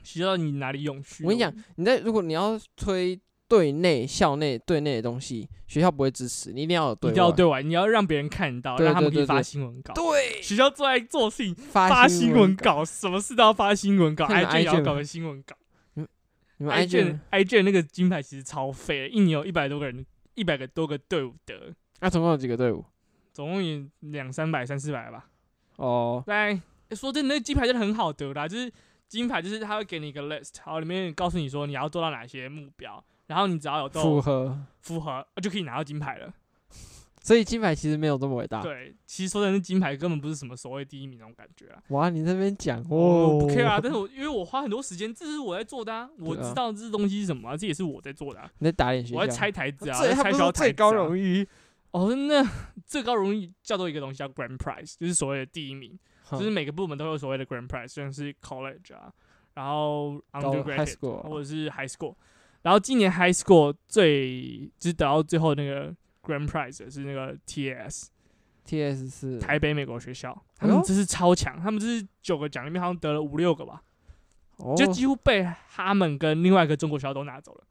S2: 学校你哪里永续？
S1: 我跟你讲，你在如果你要推对内校内对内的东西，学校不会支持，你一定要有
S2: 一
S1: 对
S2: 定要
S1: 外
S2: 对外，你要让别人看到，
S1: 对
S2: 让他们
S1: 对
S2: 可
S1: 对
S2: 以发
S1: 对
S2: 新闻稿。
S1: 对
S2: 学校最爱做事情，
S1: 发
S2: 发新闻，稿，什么事都要发新闻稿
S1: 看你们
S2: ，IG 也要
S1: iGen
S2: 搞个新闻稿。
S1: 你们
S2: i
S1: i
S2: 卷
S1: 卷
S2: i 卷那个金牌其实超废的，一年有一百多个人，一百个多个队伍得，
S1: 那总共有几个队伍？
S2: 总共也两三百、三四百吧。
S1: 哦，
S2: 来，欸说真的，那金牌真的很好得啦，就是金牌就是他会给你一个 list，然后里面告诉你说你要做到哪些目标，然后你只要有都
S1: 符合。
S2: 符合，就可以拿到金牌了。
S1: 所以金牌其实没有这么伟大。
S2: 对，其实说真的，金牌根本不是什么所谓第一名那种感觉啊。
S1: 哇，你这边讲
S2: 我
S1: 哦，
S2: 不 care 啊，但是我因为我花很多时间，这是我在做的啊，我
S1: 对啊
S2: 知道这东西是什么啊、这也是我在做的啊、
S1: 你在打脸学校？
S2: 我在拆台子啊，
S1: 这
S2: 在
S1: 还不
S2: 拆学
S1: 是
S2: 校
S1: 最
S2: 台
S1: 高
S2: 子啊
S1: 荣誉，
S2: 哦，那 最高荣誉叫做一个东西叫 grand prize，就是所谓的第一名，
S1: 哼
S2: 就是每个部门都有所谓的 grand prize，像是 college 啊，然后
S1: 高 high
S2: undergraduate
S1: school
S2: 或者是 high school，然后今年 high school 最就是得到最后那个 grand prize 的是那个 TAS
S1: TS 是
S2: 台北美国学校，他
S1: 哎呦
S2: 们这是超强，他们这是九个奖里面好像得了五六个吧，
S1: 哦，
S2: 就几乎被他们跟另外一个中国学校都拿走了。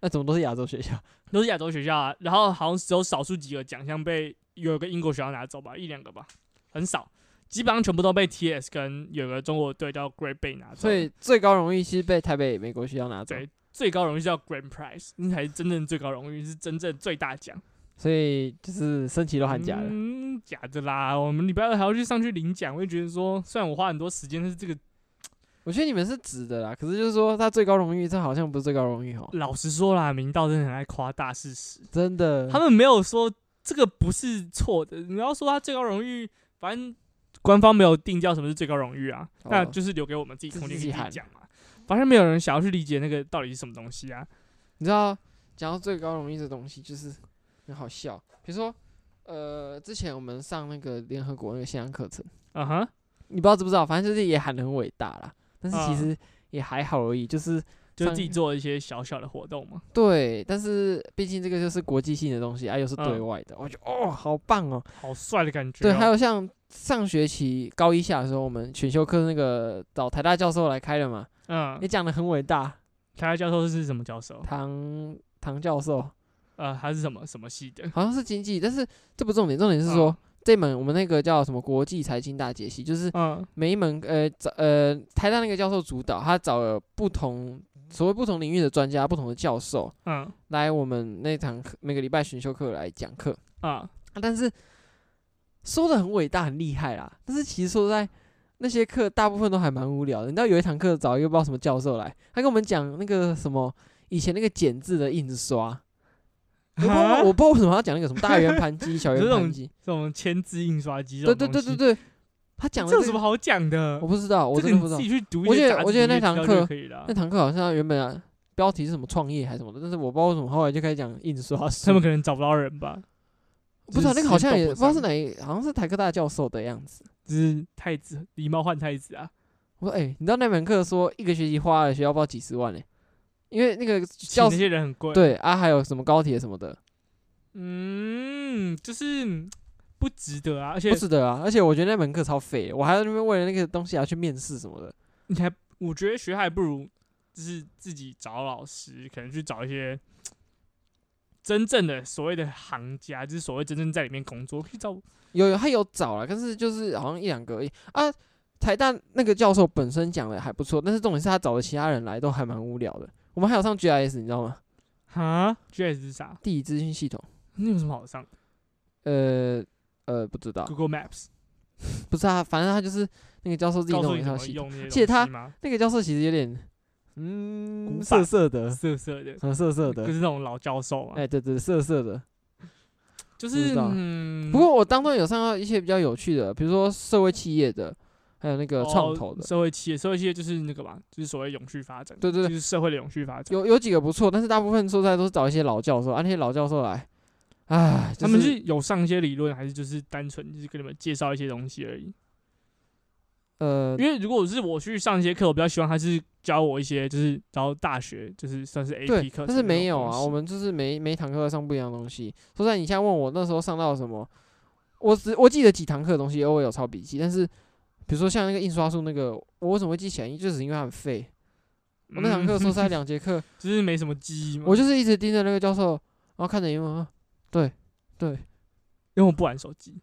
S1: 那怎么都是亚洲学校？
S2: 都是亚洲学校啊，然后好像只有少数几个奖项被有个英国学校拿走吧，一两个吧，很少，基本上全部都被 TS 跟有个中国队叫 Great Bay 拿走。
S1: 所以最高荣誉其实被台北美国学校拿走，
S2: 对最高荣誉叫 Grand Prize，那才是真正最高荣誉，是真正最大奖。
S1: 所以就是升旗都喊假的。
S2: 嗯，假的啦！我们礼拜二还要去上去领奖，我就觉得说，虽然我花很多时间，但是这个
S1: 我觉得你们是值的啦，可是就是说他最高荣誉，这好像不是最高荣誉哦，
S2: 老实说啦，明道真的很爱夸大事实，
S1: 真的。
S2: 他们没有说这个不是错的。你要说他最高荣誉，反正官方没有定调什么是最高荣誉啊，
S1: 哦
S2: 那就是留给我们自己
S1: 自
S2: 空间
S1: 自
S2: 去
S1: 己
S2: 自己
S1: 喊
S2: 讲嘛。反正没有人想要去理解那个到底是什么东西啊。
S1: 你知道，讲到最高荣誉这东西，就是很好笑。比如说，呃，之前我们上那个联合国那个线上课程。
S2: 嗯哼，
S1: 你不知道知不知道，反正就是也喊得很伟大啦，但是
S2: 嗯
S1: 其实也还好而已，就是
S2: 就
S1: 上
S2: 自己做一些小小的活动嘛。
S1: 对，但是毕竟这个就是国际性的东西啊，又是对
S2: 嗯
S1: 外的，我觉得哦，好棒哦。
S2: 好帅的感觉、
S1: 对，还，有像上学期高一下的时候，我们选修课那个找台大教授来开的嘛，
S2: 嗯
S1: 也，讲得很伟大，
S2: 台大教授是什么教授？
S1: 唐唐教授
S2: 呃，他是什么什么系的？
S1: 好像是经济，但是这不重点，重点是说。这门我们那个叫什么国际财经大解析，就是
S2: 嗯
S1: 每一门呃找呃台大那个教授主导，他找了不同所谓不同领域的专家、不同的教授
S2: 嗯
S1: 来我们那堂课每个礼拜选修课来讲课，
S2: 啊，
S1: 啊但是说的很伟大、很厉害啦，但是其实说实在。那些课大部分都还蛮无聊的，你知道有一堂课找一个不知道什么教授来，他跟我们讲那个什么以前那个简字的印刷， 我不知道我不知道为什么要讲那个什么大圆盘机、小圆
S2: 这种
S1: 盘机，
S2: 这种签字印刷机这
S1: 对
S2: 种
S1: 对对对
S2: 东西，
S1: 对，他讲的
S2: 这有
S1: 这
S2: 什
S1: 个
S2: 么好讲的
S1: 我？不知道，我
S2: 这
S1: 真的不
S2: 个你
S1: 知道
S2: 自。己去读一
S1: 我
S2: 些
S1: 记得
S2: 杂
S1: 我
S2: 志
S1: 记得
S2: 里
S1: 那
S2: 面
S1: 堂
S2: 知道就
S1: 课
S2: 可以了啊
S1: 那。堂课好像原本啊标题是什么创业还是什么的，但是我不知道为什么后来就开始讲印刷术。
S2: 他们可能找不到人吧，
S1: 不知道那个好像也
S2: 就
S1: 不
S2: 是
S1: 知道是哪一，好像是台科大教授的样子。
S2: 就是太子狸猫换太子啊，
S1: 我说哎、你知道那门课说一个学期花了学校不知道几十万呢、因为那个
S2: 请
S1: 教
S2: 那些人很贵。，
S1: 对啊，还有什么高铁什么的，
S2: 嗯，就是嗯不值得啊，而且
S1: 不值得啊。而且我觉得那门课超废的，我还在那边为了那个东西还要去面试什么的。
S2: 你还我觉得学还不如就是自己找老师，可能去找一些真正的所谓的行家，就是所谓真正在里面工作，可以找
S1: 有有他有找了，但是就是好像一两个而已啊。台大那个教授本身讲的还不错，但是重点是他找的其他人来都还蛮无聊的。我们还有上 GIS，你知道吗？
S2: 哈 GIS 是啥？
S1: 地理资讯系统。
S2: 那有什么好上
S1: 呃呃，不知道，
S2: ？Google Maps
S1: 不是啊，反正他就是那个教授自己
S2: 告诉
S1: 弄
S2: 你
S1: 一
S2: 怎
S1: 套
S2: 么
S1: 系统。
S2: 用那些
S1: 而且
S2: 东
S1: 它
S2: 西吗？
S1: 那个教授其实有点，
S2: 古
S1: 嗯，
S2: 板
S1: 涩涩的，
S2: 色色的，
S1: 很涩涩
S2: 就是
S1: 的。
S2: 那种老教授啊，
S1: 哎，对对，涩涩的。
S2: 就
S1: 不
S2: 是
S1: 知道
S2: 嗯，
S1: 不过我当中有上到一些比较有趣的，比如说社会企业的，还有那个创
S2: 哦
S1: 投的，
S2: 社会企业，社会企业就是那个嘛，就是所谓永续发展，
S1: 对对对
S2: 就是社会的永续发展。
S1: 有有几个不错，但是大部分说出来都是找一些老教授，啊，那些老教授来，唉，就
S2: 他们是有上一些理论，还是就是单纯就是跟你们介绍一些东西而已？
S1: 呃
S2: 因，为如果是我去上一些课，我比较希望他是教我一些，就是然后大学就是算是 A
S1: 对
S2: P 课程那种东西，
S1: 但是没有啊，我们就是每每一堂课都上不一样的东西。说实在，你现在问我那时候上到什么，我只我记得几堂课的东西，偶尔有抄笔记，但是比如说像那个印刷术那个，我为什么会记起来，就只是因为它很废。
S2: 嗯
S1: 我那堂课说实在两节 课，
S2: 就是没什么记忆嘛。
S1: 我就是一直盯着那个教授，然后看着荧幕，啊对对，
S2: 因为我不玩手机，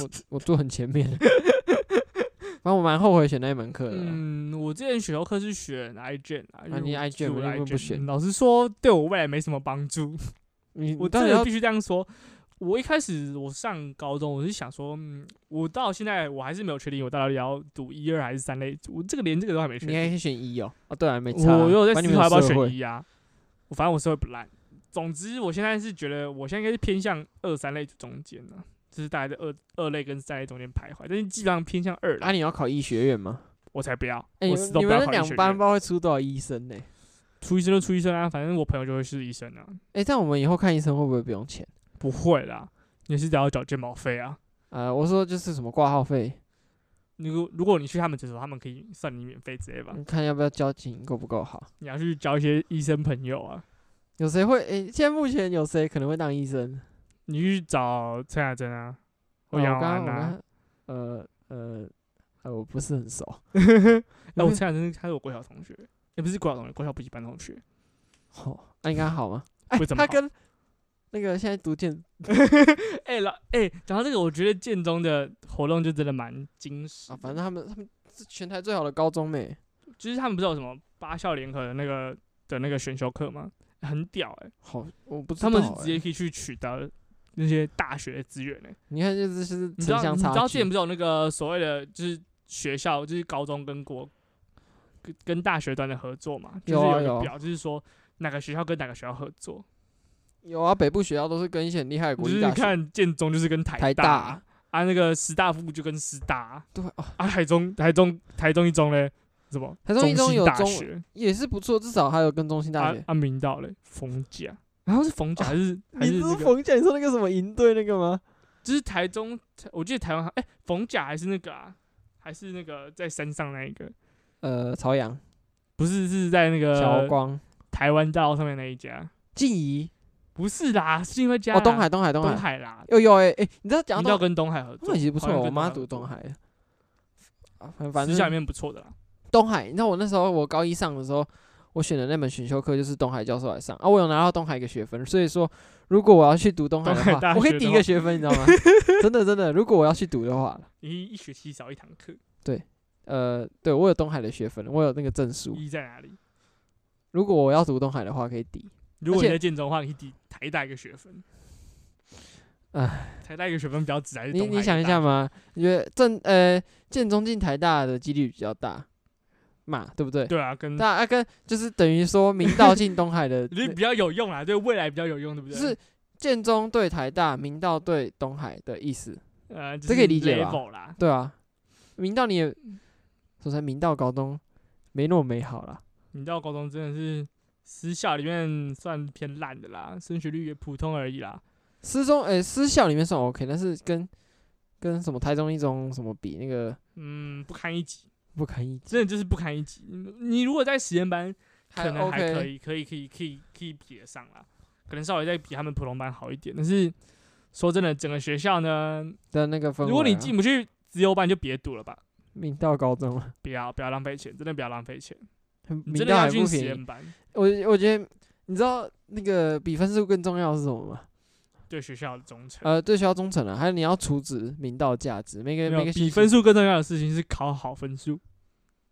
S1: 我我坐很前面。 反正我蛮后悔选那一门课的啦。
S2: 嗯，我之前选修课是选 I Gen 啊，因为
S1: 啊你
S2: 我
S1: iGen
S2: 我
S1: 为什么不选嗯
S2: 老实说，对我未来没什么帮助。
S1: 你
S2: 我
S1: 当
S2: 真
S1: 然
S2: 的
S1: 要
S2: 必须这样说。我一开始我上高中，我是想说，嗯，我到现在我还是没有确定我到底要读一二还是三类组，我这个连这个都还没确
S1: 你还
S2: 定。
S1: 可以选一哦。哦，对啊，没差啊。
S2: 我有在
S1: 反
S2: 思
S1: 正你们
S2: 考要不要
S1: 社会
S2: 选一啊，我反正我社会不烂。总之，我现在是觉得我现在应该是偏向二三类组中间呢、就是大概在二二类跟三类中间徘徊，但是基本上偏向二啦
S1: 啊，你要考医学院吗？
S2: 我才不要，
S1: 哎、
S2: 我
S1: 你
S2: 死
S1: 们
S2: 都
S1: 你
S2: 不
S1: 们
S2: 要
S1: 那
S2: 考医
S1: 两
S2: 学
S1: 班
S2: 院
S1: 不知道会出多少医生呢、
S2: 出医生就出医生啊，反正我朋友就会是医生啊，
S1: 哎、这样我们以后看医生会不会不用钱？
S2: 不会啦，也是得要缴健保费啊。
S1: 呃，我说就是什么挂号费，
S2: 如如果你去他们诊所，他们可以算你免费之类吧。
S1: 你看要不要交警够不够好？
S2: 你要去交一些医生朋友啊，
S1: 有谁会？哎、现在目前有谁可能会当医生？
S2: 你去找陈雅珍啊，或
S1: 呃
S2: 杨
S1: 我刚
S2: 安
S1: 刚我
S2: 啊。
S1: 刚呃呃呃，我不是很熟。
S2: 哎，我陈雅珍她是我国小同学，也不是国小同学，国小补习班同学。
S1: 哦，那、你跟他好吗？哎、
S2: 为什么
S1: 他
S2: 好
S1: 跟那个现在读建，
S2: 哎老哎，讲到这个，我觉得建中的活动就真的蛮精实
S1: 啊
S2: 的，，
S1: 反正他们他们是全台最好的高中妹，
S2: 就是他们不是有什么八校联合的那个的那个选修课吗？很屌哎，
S1: 好，我不知道、
S2: 他
S1: 欸。
S2: 们是直接可以去取得那些大学的资源哎。
S1: 你看这这是
S2: 你知
S1: 城
S2: 道
S1: 乡
S2: 你知道
S1: 差
S2: 之前
S1: 距。
S2: 不是有那个所谓的就是学校就是高中跟国跟跟大学端的合作嘛？就
S1: 有
S2: 是
S1: 啊
S2: 有一
S1: 有
S2: 个
S1: 啊
S2: 表，就是说哪个学校跟哪个学校合作。
S1: 有啊，北部学校都是跟一些很厉害的
S2: 就
S1: 国际
S2: 是
S1: 大
S2: 你
S1: 学。
S2: 看建中就是跟
S1: 台
S2: 大
S1: 大
S2: 啊，那个师大附就跟师大
S1: 对哦，
S2: 啊，台中台中台中一中嘞，什么
S1: 台中一中
S2: 兴
S1: 有
S2: 大
S1: 中
S2: 学
S1: 也是不错，至少还有跟中心大
S2: 啊
S1: 学。
S2: 啊明道嘞，逢甲，然后是逢甲还是还是
S1: 你不
S2: 那
S1: 是
S2: 个
S1: 冯姐，你说那个什么营队那个吗？
S2: 就是台中，我记得台湾哎逢甲还是那个啊，还是那个在山上那一个，
S1: 呃，朝阳、
S2: 不是是在那个
S1: 侨光、
S2: 台湾大道上面那一家，
S1: 静宜
S2: 不是啦，是另外一家啦
S1: 哦，东海、东海、东
S2: 东
S1: 海，
S2: 海啦，
S1: 又有哎哎，你知道讲
S2: 明
S1: 到
S2: 道
S1: 东
S2: 跟东海合
S1: 东海
S2: 作，
S1: 其实不
S2: 好
S1: 错，
S2: 像
S1: 我
S2: 跟
S1: 妈
S2: 合
S1: 读东
S2: 作，
S1: 海的，啊反反
S2: 私校里
S1: 正
S2: 面不错的啦，
S1: 东海。你知道我那时候我高一上的时候，我选的那门选修课就是东海教授来上啊，我有拿到东海一个学分，所以说如果我要去读东海
S2: 东海
S1: 的
S2: 大
S1: 话，我可
S2: 学
S1: 以抵一
S2: 的话
S1: 个学分，你知道吗？ 真的真的，如果我要去读的话，
S2: 一一学期少一堂课，
S1: 呃，对我有东海的学分，我有那个证书。
S2: 一在哪里？
S1: 如果我要读东海的话，可以抵。
S2: 如果你
S1: 而且
S2: 在建中的话，你抵台大一个学分。台大一个学分比较值，还是
S1: 你
S2: 东海
S1: 你想一
S2: 大
S1: 下嘛，你觉得正呃建中进台大的几率比较大嘛，对不对？
S2: 对啊，跟
S1: 那啊跟就是等于说明道进东海 的
S2: 我觉得
S1: 那
S2: 比较有用啦，对未来比较有用，对不对？
S1: 就是建中对台大，明道对东海的意思，
S2: 呃，
S1: 这可以理解吧
S2: level 啦。
S1: 对啊。明道你也，说实在，明道高中没那么美好啦。
S2: 你到高中真的是私校里面算偏烂的啦，升学率也普通而已啦。
S1: 私中诶、私校里面算 OK，但是跟跟什么台中一中什么比，那个
S2: 嗯，不堪一击，
S1: 不堪一击，
S2: 真的就是不堪一击。你如果在实验班，可能还
S1: OK
S2: 可以，可以，可以，可以，可以比得上啦，可能稍微再比他们普通班好一点。但是说真的，整个学校呢，
S1: 的那个氛围啊、
S2: 如果你进不去自由班，就别读了吧，
S1: 明道高中啊，
S2: 不要，不要浪费钱，真的不要浪费钱。你
S1: 明
S2: 真的
S1: 道
S2: 要
S1: 还
S2: 进
S1: 不
S2: 实
S1: 便宜。
S2: 验班，
S1: 我我觉得你知道那个比分数更重要的是什 么吗？
S2: 对学校的忠诚。
S1: 呃，对学校忠诚啊，还有你要除值明道价值，每个
S2: 没
S1: 每
S2: 有
S1: 个
S2: 比
S1: 系
S2: 分数更重要的事情是考好分数，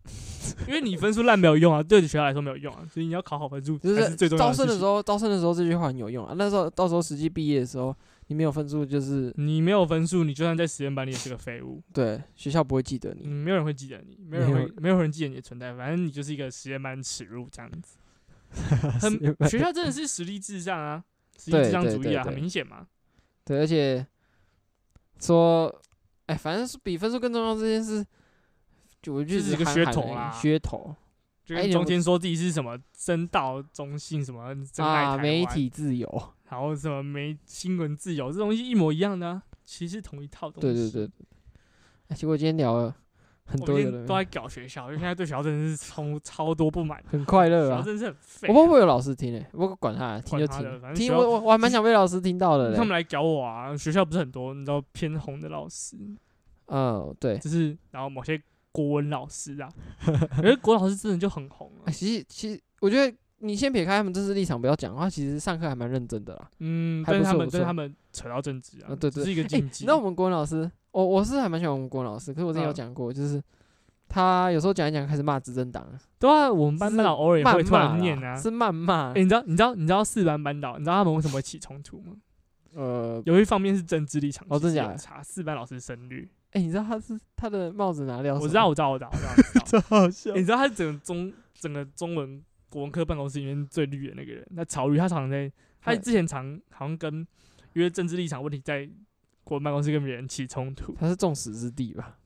S2: 因为你分数烂没有用啊，对你学校来说没有用啊，所以你要考好分数
S1: 就
S2: 才是最重要
S1: 招
S2: 的事
S1: 生的时
S2: 情。
S1: 候，招生的时候这句话很有用啊。那时候到时候实际毕业的时候，你没有分数就是
S2: 你没有分数，你就算在实验班，你也是个废物，
S1: 对学校不会记得
S2: 嗯，
S1: 你。
S2: 没有人会记得你，没有人会，没有人记得你的存在，反正你就是一个实验班耻辱这样 子。很学校真的是实力至上啊，实力
S1: 对
S2: 至上
S1: 对
S2: 主义
S1: 对
S2: 啊，很
S1: 对
S2: 明显嘛。
S1: 对，而且说，哎、反正是比分数更重要这件事，就我就
S2: 就是
S1: 只
S2: 一个
S1: 喊
S2: 噱
S1: 喊
S2: 头
S1: 而已
S2: 啦
S1: 噱头
S2: 就
S1: 哎
S2: 跟
S1: 你
S2: 中
S1: 们
S2: 间说自己是什么真道中性什么真爱台
S1: 啊，
S2: 湾
S1: 媒体自由。
S2: 然后什么没新闻自由，这东西一模一样的、啊，其实是同一套东
S1: 对
S2: 西。
S1: 对对，哎结果今天聊了很
S2: 我
S1: 多
S2: 们
S1: 有
S2: 今
S1: 的没
S2: 天都
S1: 的，
S2: 在搞学校，因为现在对学校真的是超超多不满，
S1: 很快
S2: 学
S1: 乐
S2: 校
S1: 啊。
S2: 真的是很废、
S1: 我不知道会不会有老师听诶、我管他，听就
S2: 管他的反
S1: 听，
S2: 正学
S1: 听我
S2: 校
S1: 我我还蛮想被老师听到的嘞。
S2: 嗯他们来搞我啊！学校不是很多，你知道偏红的老师，
S1: 嗯，对，
S2: 就是然后某些国文老师啊，因为国文老师真的就很红啊
S1: 哎，。其实其实我觉得你先撇开他们政治立场不要讲的话，其实上课还蛮认真的啦。
S2: 嗯，
S1: 还
S2: 但
S1: 不
S2: 是他
S1: 错
S2: 们
S1: 不
S2: 但是
S1: 错
S2: 他们扯到政治啊，
S1: 啊对
S2: 只
S1: 对
S2: 是一个
S1: 哎、
S2: 禁
S1: 你
S2: 忌。
S1: 知道我们国文老师，我我是还蛮喜欢我们国文老师，可是我之前有
S2: 嗯
S1: 讲过，就是他有时候讲一讲开始骂执政党，
S2: 对啊，我们班班导偶尔也
S1: 谩
S2: 会突
S1: 骂
S2: 然
S1: 啦
S2: 念啊。
S1: 是谩骂
S2: 哎、。你知道你知道你知道四班班导，你知道他们为什么会起冲突吗？
S1: 呃，
S2: 有一方面是政治立场
S1: 哦
S2: 其实
S1: 真的假
S2: 有
S1: 的
S2: 差，四班老师声律，
S1: 哎、你知道他是他的帽子拿掉？
S2: 我知道，，我知道，我知道，我知道我知道。
S1: 这好笑
S2: 欸你知道他是整个中整个中文国文科办公室里面最绿的那个人，那曹瑜，他常常在，他
S1: 嗨
S2: 之前常好像跟因为政治立场问题在国文办公室跟别人起冲突，
S1: 他是众矢之的吧？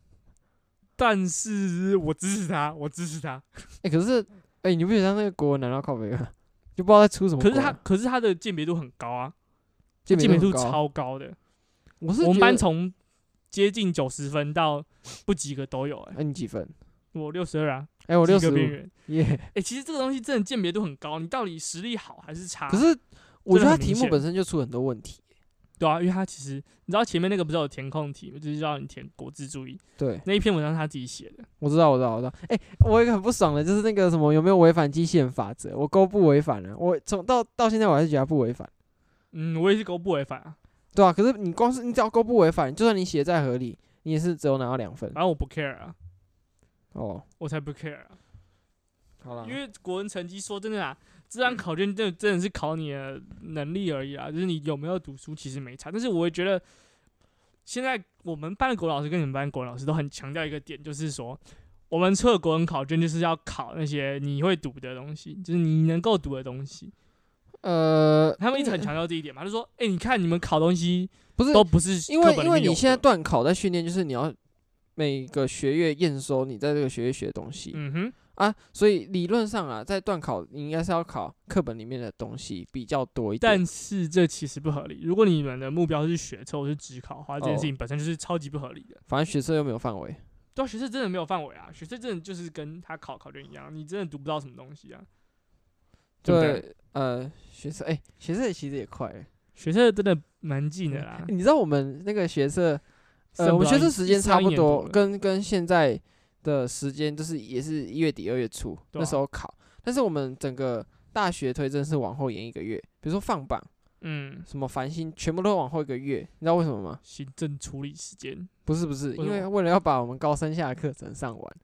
S2: 但是我支持他，我支持他。
S1: 哎、可是哎、你不觉得他那个国文难道靠北吗？就不知道在出什么
S2: 可
S1: 国
S2: 是
S1: 啊。
S2: 他，可是他的鉴别度很高啊，
S1: 鉴
S2: 鉴别度
S1: 很高，
S2: 超高的。
S1: 我是
S2: 我们
S1: 觉
S2: 班
S1: 得
S2: 从接近九十分到不及格都有、欸，
S1: 哎、你几分？
S2: 我六十二啊，
S1: 哎、我六
S2: 及
S1: 十
S2: 格边
S1: 五，
S2: 缘。
S1: 耶。
S2: 哎、其实这个东西真的鉴别度很高，你到底实力好还是差？啊
S1: 可是我觉得
S2: 真的
S1: 他
S2: 很
S1: 题
S2: 明
S1: 目
S2: 显
S1: 本身就出很多问题。
S2: 对啊，因为他其实你知道前面那个不是有填空题吗，就是让你填国字注意
S1: 对，
S2: 那一篇文章是他自己写的，
S1: 我知道，我知道，我知道。哎、我有一个很不爽的，就是那个什么有没有违反基宪法则？我勾不违反啊！我从到到现在我还是觉得他不违反，
S2: 嗯，我也是勾不违反啊，
S1: 对啊。可是你光是你只要勾不违反，就算你写再合理，你也是只有拿到两分
S2: 反正我不 care 啊，
S1: 哦。
S2: 我才不 care 啊，
S1: 好了
S2: 因，为国文成绩说真的啊，这张考卷真的真的是考你的能力而已啊，就是你有没有读书其实没差，但是我会觉得现在我们班的国文老师跟你们班的国文老师都很强调一个点，就是说。我们测国文考卷就是要考那些你会读的东西，就是你能够读的东西。
S1: 呃，
S2: 他们一直很强调这一点嘛，就说：“哎、你看你们考东西
S1: 不是
S2: 都不是
S1: 因
S2: 课
S1: 为
S2: 本里
S1: 因为
S2: 面有
S1: 你现在
S2: 的
S1: 段考在训练，就是你要每个学月验收你在这个学月学的东西、
S2: 嗯哼，
S1: 啊，所以理论上啊，在段考你应该是要考课本里面的东西比较多一点。
S2: 但是这其实不合理。如果你们的目标是学测或是职考的话，这件
S1: 哦
S2: 事情本身就是超级不合理的。
S1: 反正学测又没有范围，
S2: 对啊，学测真的没有范围啊，学测真的就是跟他考考卷一样，你真的读不到什么东西啊。对不对，嗯
S1: 呃，学测哎、学测其实也快了。
S2: 学测真的蛮近的啦。
S1: 你知道我们那个学测，
S2: 剩
S1: 嗯呃，我
S2: 不
S1: 们学
S2: 到一
S1: 测时间
S2: 剩
S1: 差
S2: 到一
S1: 不
S2: 年
S1: 多，
S2: 了
S1: 跟跟现在的时间就是也是一月底二月初、
S2: 对啊
S1: 那时候考。但是我们整个大学推甄是往后延一个月，比如说放榜、
S2: 嗯，
S1: 什么繁星，全部都往后一个月，你知道为什么吗？
S2: 行政处理时间
S1: 不是不是，
S2: 为什
S1: 因为
S2: 么
S1: 为了要把我们高三下的课程上完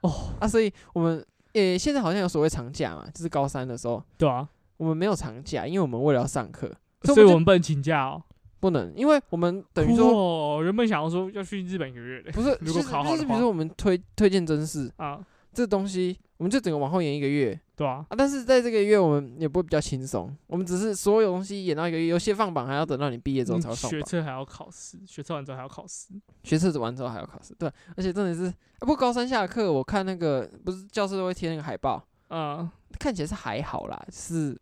S2: 哦，
S1: 啊，所以我们诶、现在好像有所谓长假嘛，就是高三的时候
S2: 对啊，
S1: 我们没有长假，因为我们为了要上课，所以
S2: 所以
S1: 我们就
S2: 我们不能请假哦。
S1: 不能，因为我们等于说
S2: 说，我原本想要说要去日本一个月的
S1: 不是，
S2: 哦如
S1: 就
S2: 果
S1: 是
S2: 考好
S1: 就
S2: 的
S1: 是比如
S2: 话
S1: 说我们推推荐真试
S2: 啊，
S1: 这东西，我们就整个往后延一个月
S2: 对啊，
S1: 啊，但是在这个月我们也不会比较轻松，我们只是所有东西延到一个月，有些放榜还要等到你毕业之后
S2: 嗯
S1: 才会放
S2: 学
S1: 榜，
S2: 测还要考试，学测完之后还要考试。
S1: 学测完之后还要考试，对，而且重点是，啊、不过高三下的课我看那个不是教室都会贴那个海报。
S2: 嗯，
S1: 看起来是还好啦，是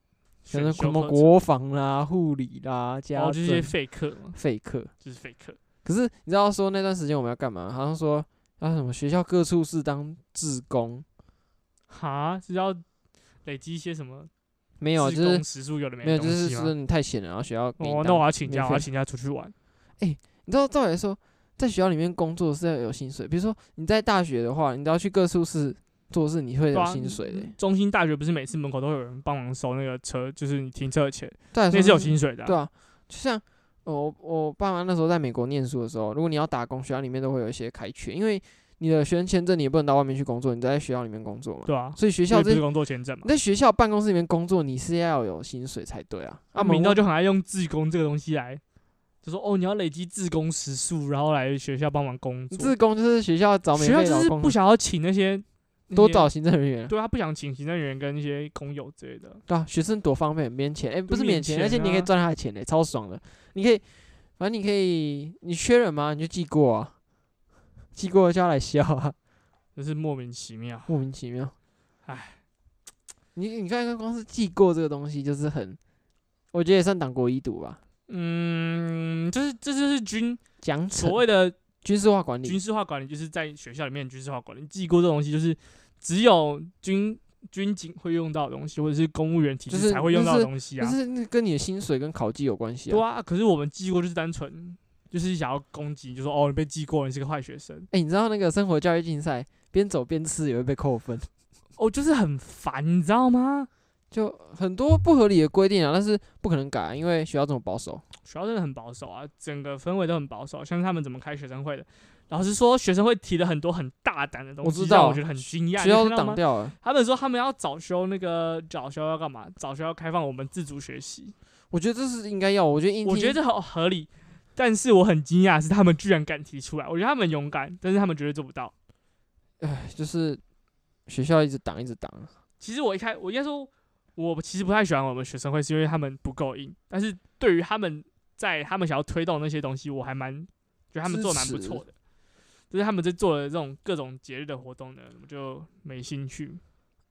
S1: 可
S2: 选
S1: 能
S2: 修
S1: 什么
S2: 课
S1: 国防啦、护理啦、
S2: 程，
S1: 家
S2: 然后
S1: 政、
S2: 哦就是一些废课嘛，
S1: 废课。
S2: 就是废课。
S1: 可是你知道说那段时间我们要干嘛？好像说要什么学校各处室当志工，
S2: 哈，是要累积一些什么？
S1: 没有，啊就
S2: 自
S1: 是
S2: 贡时数有的没
S1: 没有，
S2: 的
S1: 就
S2: 东
S1: 是
S2: 西吗
S1: 说你太闲了，然后学校给你
S2: 哦，那
S1: 当
S2: 我要请
S1: 免
S2: 假，
S1: 费
S2: 我要请假出去玩。
S1: 你知道，照理来说，在学校里面工作是要有薪水。比如说你在大学的话，你都要去各处室做事，你会
S2: 对
S1: 有
S2: 啊
S1: 薪水的、
S2: 中心大学不是每次门口都会有人帮忙收那个车，就是你停车的钱，
S1: 对啊，
S2: 那是有薪水的、
S1: 对，啊，就像呃我我爸妈那时候在美国念书的时候，如果你要打工，学校里面都会有一些开缺，因为你的学生签证你也不能到外面去工作，你在学校里面工作嘛。
S2: 对啊，
S1: 所以学
S2: 学校
S1: 校
S2: 不
S1: 这
S2: 是
S1: 你
S2: 工作签证嘛。
S1: 在学校办公室里面工作，你是要有薪水才对啊。
S2: 啊，
S1: 啊，
S2: 明道
S1: 就
S2: 就很爱用自工这个东西来，就说哦，你要累积自工时数，然后来学校帮忙工作。
S1: 自工就是学校找免
S2: 学校
S1: 费
S2: 就
S1: 劳
S2: 是
S1: 工
S2: 不，想要请那些
S1: 多，找行政人
S2: 那些
S1: 员。啊
S2: 对他不想请行政人员跟一些工友之类的。
S1: 对啊，学生多方便，免钱，哎、不是
S2: 免
S1: 免钱，
S2: 钱
S1: 而且你可以
S2: 啊
S1: 赚他的钱嘞、超爽的。你可以，反正你可以，你缺人吗？你就记过啊，记过叫他来消啊。
S2: 真是莫名其妙。
S1: 莫名其妙。
S2: 唉，
S1: 你你看，光是记过这个东西，就是很，我觉得也算党国遗毒吧。
S2: 嗯，就是这就是军
S1: 奖惩
S2: 所谓的
S1: 军事化管理
S2: 军，事化管理，就是在学校里面的军事化管理。记过这东西，就是只有军军警会用到的东西，或者是公务员体
S1: 就
S2: 制
S1: 是
S2: 才会用
S1: 就
S2: 到的
S1: 是
S2: 东西
S1: 就
S2: 啊。
S1: 是那跟你的薪水跟考绩有关系
S2: 对
S1: 啊。
S2: 啊，可是我们记过就是单纯就是想要攻击，就说哦你被记过，你是个坏学生。
S1: 哎、你知道那个生活教育竞赛，边走边吃也会被扣分，
S2: 哦，就是很烦，你知道吗？
S1: 就很多不合理的规定啊，但是不可能改啊，因为学校这么保守。
S2: 学校真的很保守啊，整个氛围都很保守。啊像是他们怎么开学生会的，老实说，学生会提了很多很大胆的东西，
S1: 我知道
S2: 让我觉得很惊讶。
S1: 学校
S2: 你
S1: 都
S2: 看到吗
S1: 挡掉了，
S2: 他们说他们要早修那个早修要干嘛？早修要开放我们自主学习，
S1: 我觉得这是应该要，我觉得应
S2: 我觉得这好合理。但是我很惊讶的是他们居然敢提出来，我觉得他们勇敢，但是他们绝对做不到。
S1: 哎，就是学校一直挡一直挡，啊
S2: 其实我一开我应该说，我其实不太喜欢我们学生会，是因为他们不够硬。但是对于他们在他们想要推动那些东西，我还蛮觉得他们做的蛮不错的。就是他们在做的这种各种节日的活动呢，我就没兴趣。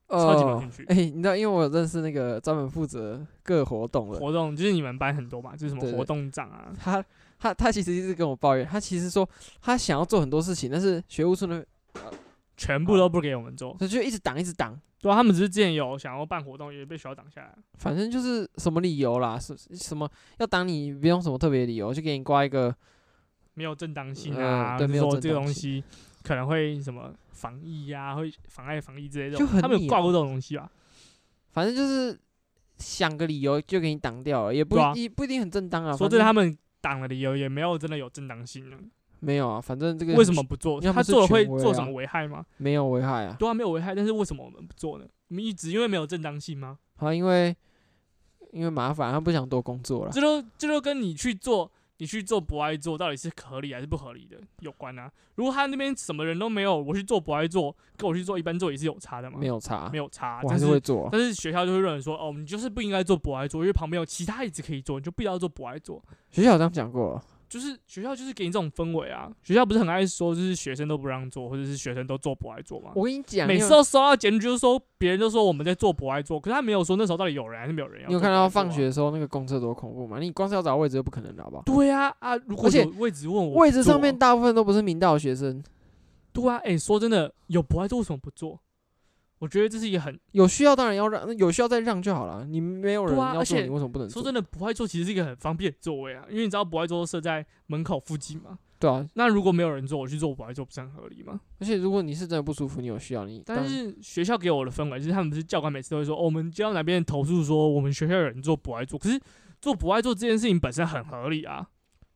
S2: 超级没有兴趣
S1: 哎、你知道，因为我有认识那个专门负责各活动的，
S2: 活动就是你们班很多嘛，就是什么
S1: 对对
S2: 活动长啊，
S1: 他他他其实一直跟我抱怨，他其实说他想要做很多事情，但是学务处呢，
S2: 全部都不给我们做。
S1: 他就一直挡一直挡，
S2: 对啊，他们只是之前有想要办活动，也被学校挡下来。
S1: 反正就是什么理由啦，是什么要挡你，不用什么特别理由，就给你挂一个，
S2: 没有正当性啊，
S1: 嗯对
S2: 或者
S1: 没有
S2: 说
S1: 正
S2: 这个
S1: 当
S2: 东西可能会什么防疫啊，会妨碍防疫之类
S1: 就
S2: 的东西。
S1: 很
S2: 他们有
S1: 腻
S2: 挂
S1: 啊
S2: 过这种东西吧？
S1: 反正就是想个理由就给你挡掉了，也不
S2: 对啊
S1: 一、不一定很正当啊。
S2: 说
S1: 反
S2: 真的，
S1: 正
S2: 他们挡的理由也没有真的有正当性啊。
S1: 没有啊，反正这个
S2: 为什么不做？
S1: 要么
S2: 他
S1: 是
S2: 做了会
S1: 权威
S2: 做
S1: 啊
S2: 什么危害吗？
S1: 没有危害啊？
S2: 对啊，没有危害，但是为什么我们不做呢？我们一直因为没有正当性吗？
S1: 好，因为因为麻烦，他不想多工作了。
S2: 这就这就跟你去做，你去做不爱做，到底是合理还是不合理的有关啊。如果他那边什么人都没有，我去做不爱做，跟我去做一般做也是有差的嘛。
S1: 没有差，啊
S2: 没有差，
S1: 我
S2: 但
S1: 还是会做啊、
S2: 但是学校就会认为说，哦，你就是不应该做博爱做，因为旁边有其他椅子可以坐，你就不要做博爱做。
S1: 学校有这样讲过啊、
S2: 就是学校就是给你这种氛围啊，学校不是很爱说，就是学生都不让做，或者是学生都做博爱做吗？
S1: 我跟你讲，
S2: 每
S1: 你有
S2: 次都收到检举，就是说别人都说我们在做博爱做，可是他没有说那时候到底有人还是没有人要、
S1: 你有看到
S2: 啊
S1: 放？学的时候那个公厕多恐怖吗？你光是要找位置就不可能了，好不好？
S2: 对啊啊！如果
S1: 而且
S2: 有位置问我
S1: 位置上
S2: 不
S1: 面
S2: 做啊
S1: 大部分都不是明道的学生，
S2: 对啊，哎、说真的，有博爱做为什么不做？我觉得这是一个很
S1: 有需要当然要让，有需要再让就好了。你没有人
S2: 对啊
S1: 要
S2: 而
S1: 做，
S2: 且
S1: 你为什么不能
S2: 说
S1: 做？
S2: 真的，博爱座其实是一个很方便的座位啊，因为你知道博爱座都设在门口附近嘛，
S1: 对啊，
S2: 那如果没有人做，我去做，我本来就不是很合理吗？
S1: 而且如果你是真的不舒服，你有需要，你当
S2: 但
S1: 然
S2: 是学校给我的氛围就是，他们不是教官每次都会说，哦、我们接到哪边投诉说我们学校有人做不爱做，可是做不爱做这件事情本身很合理啊。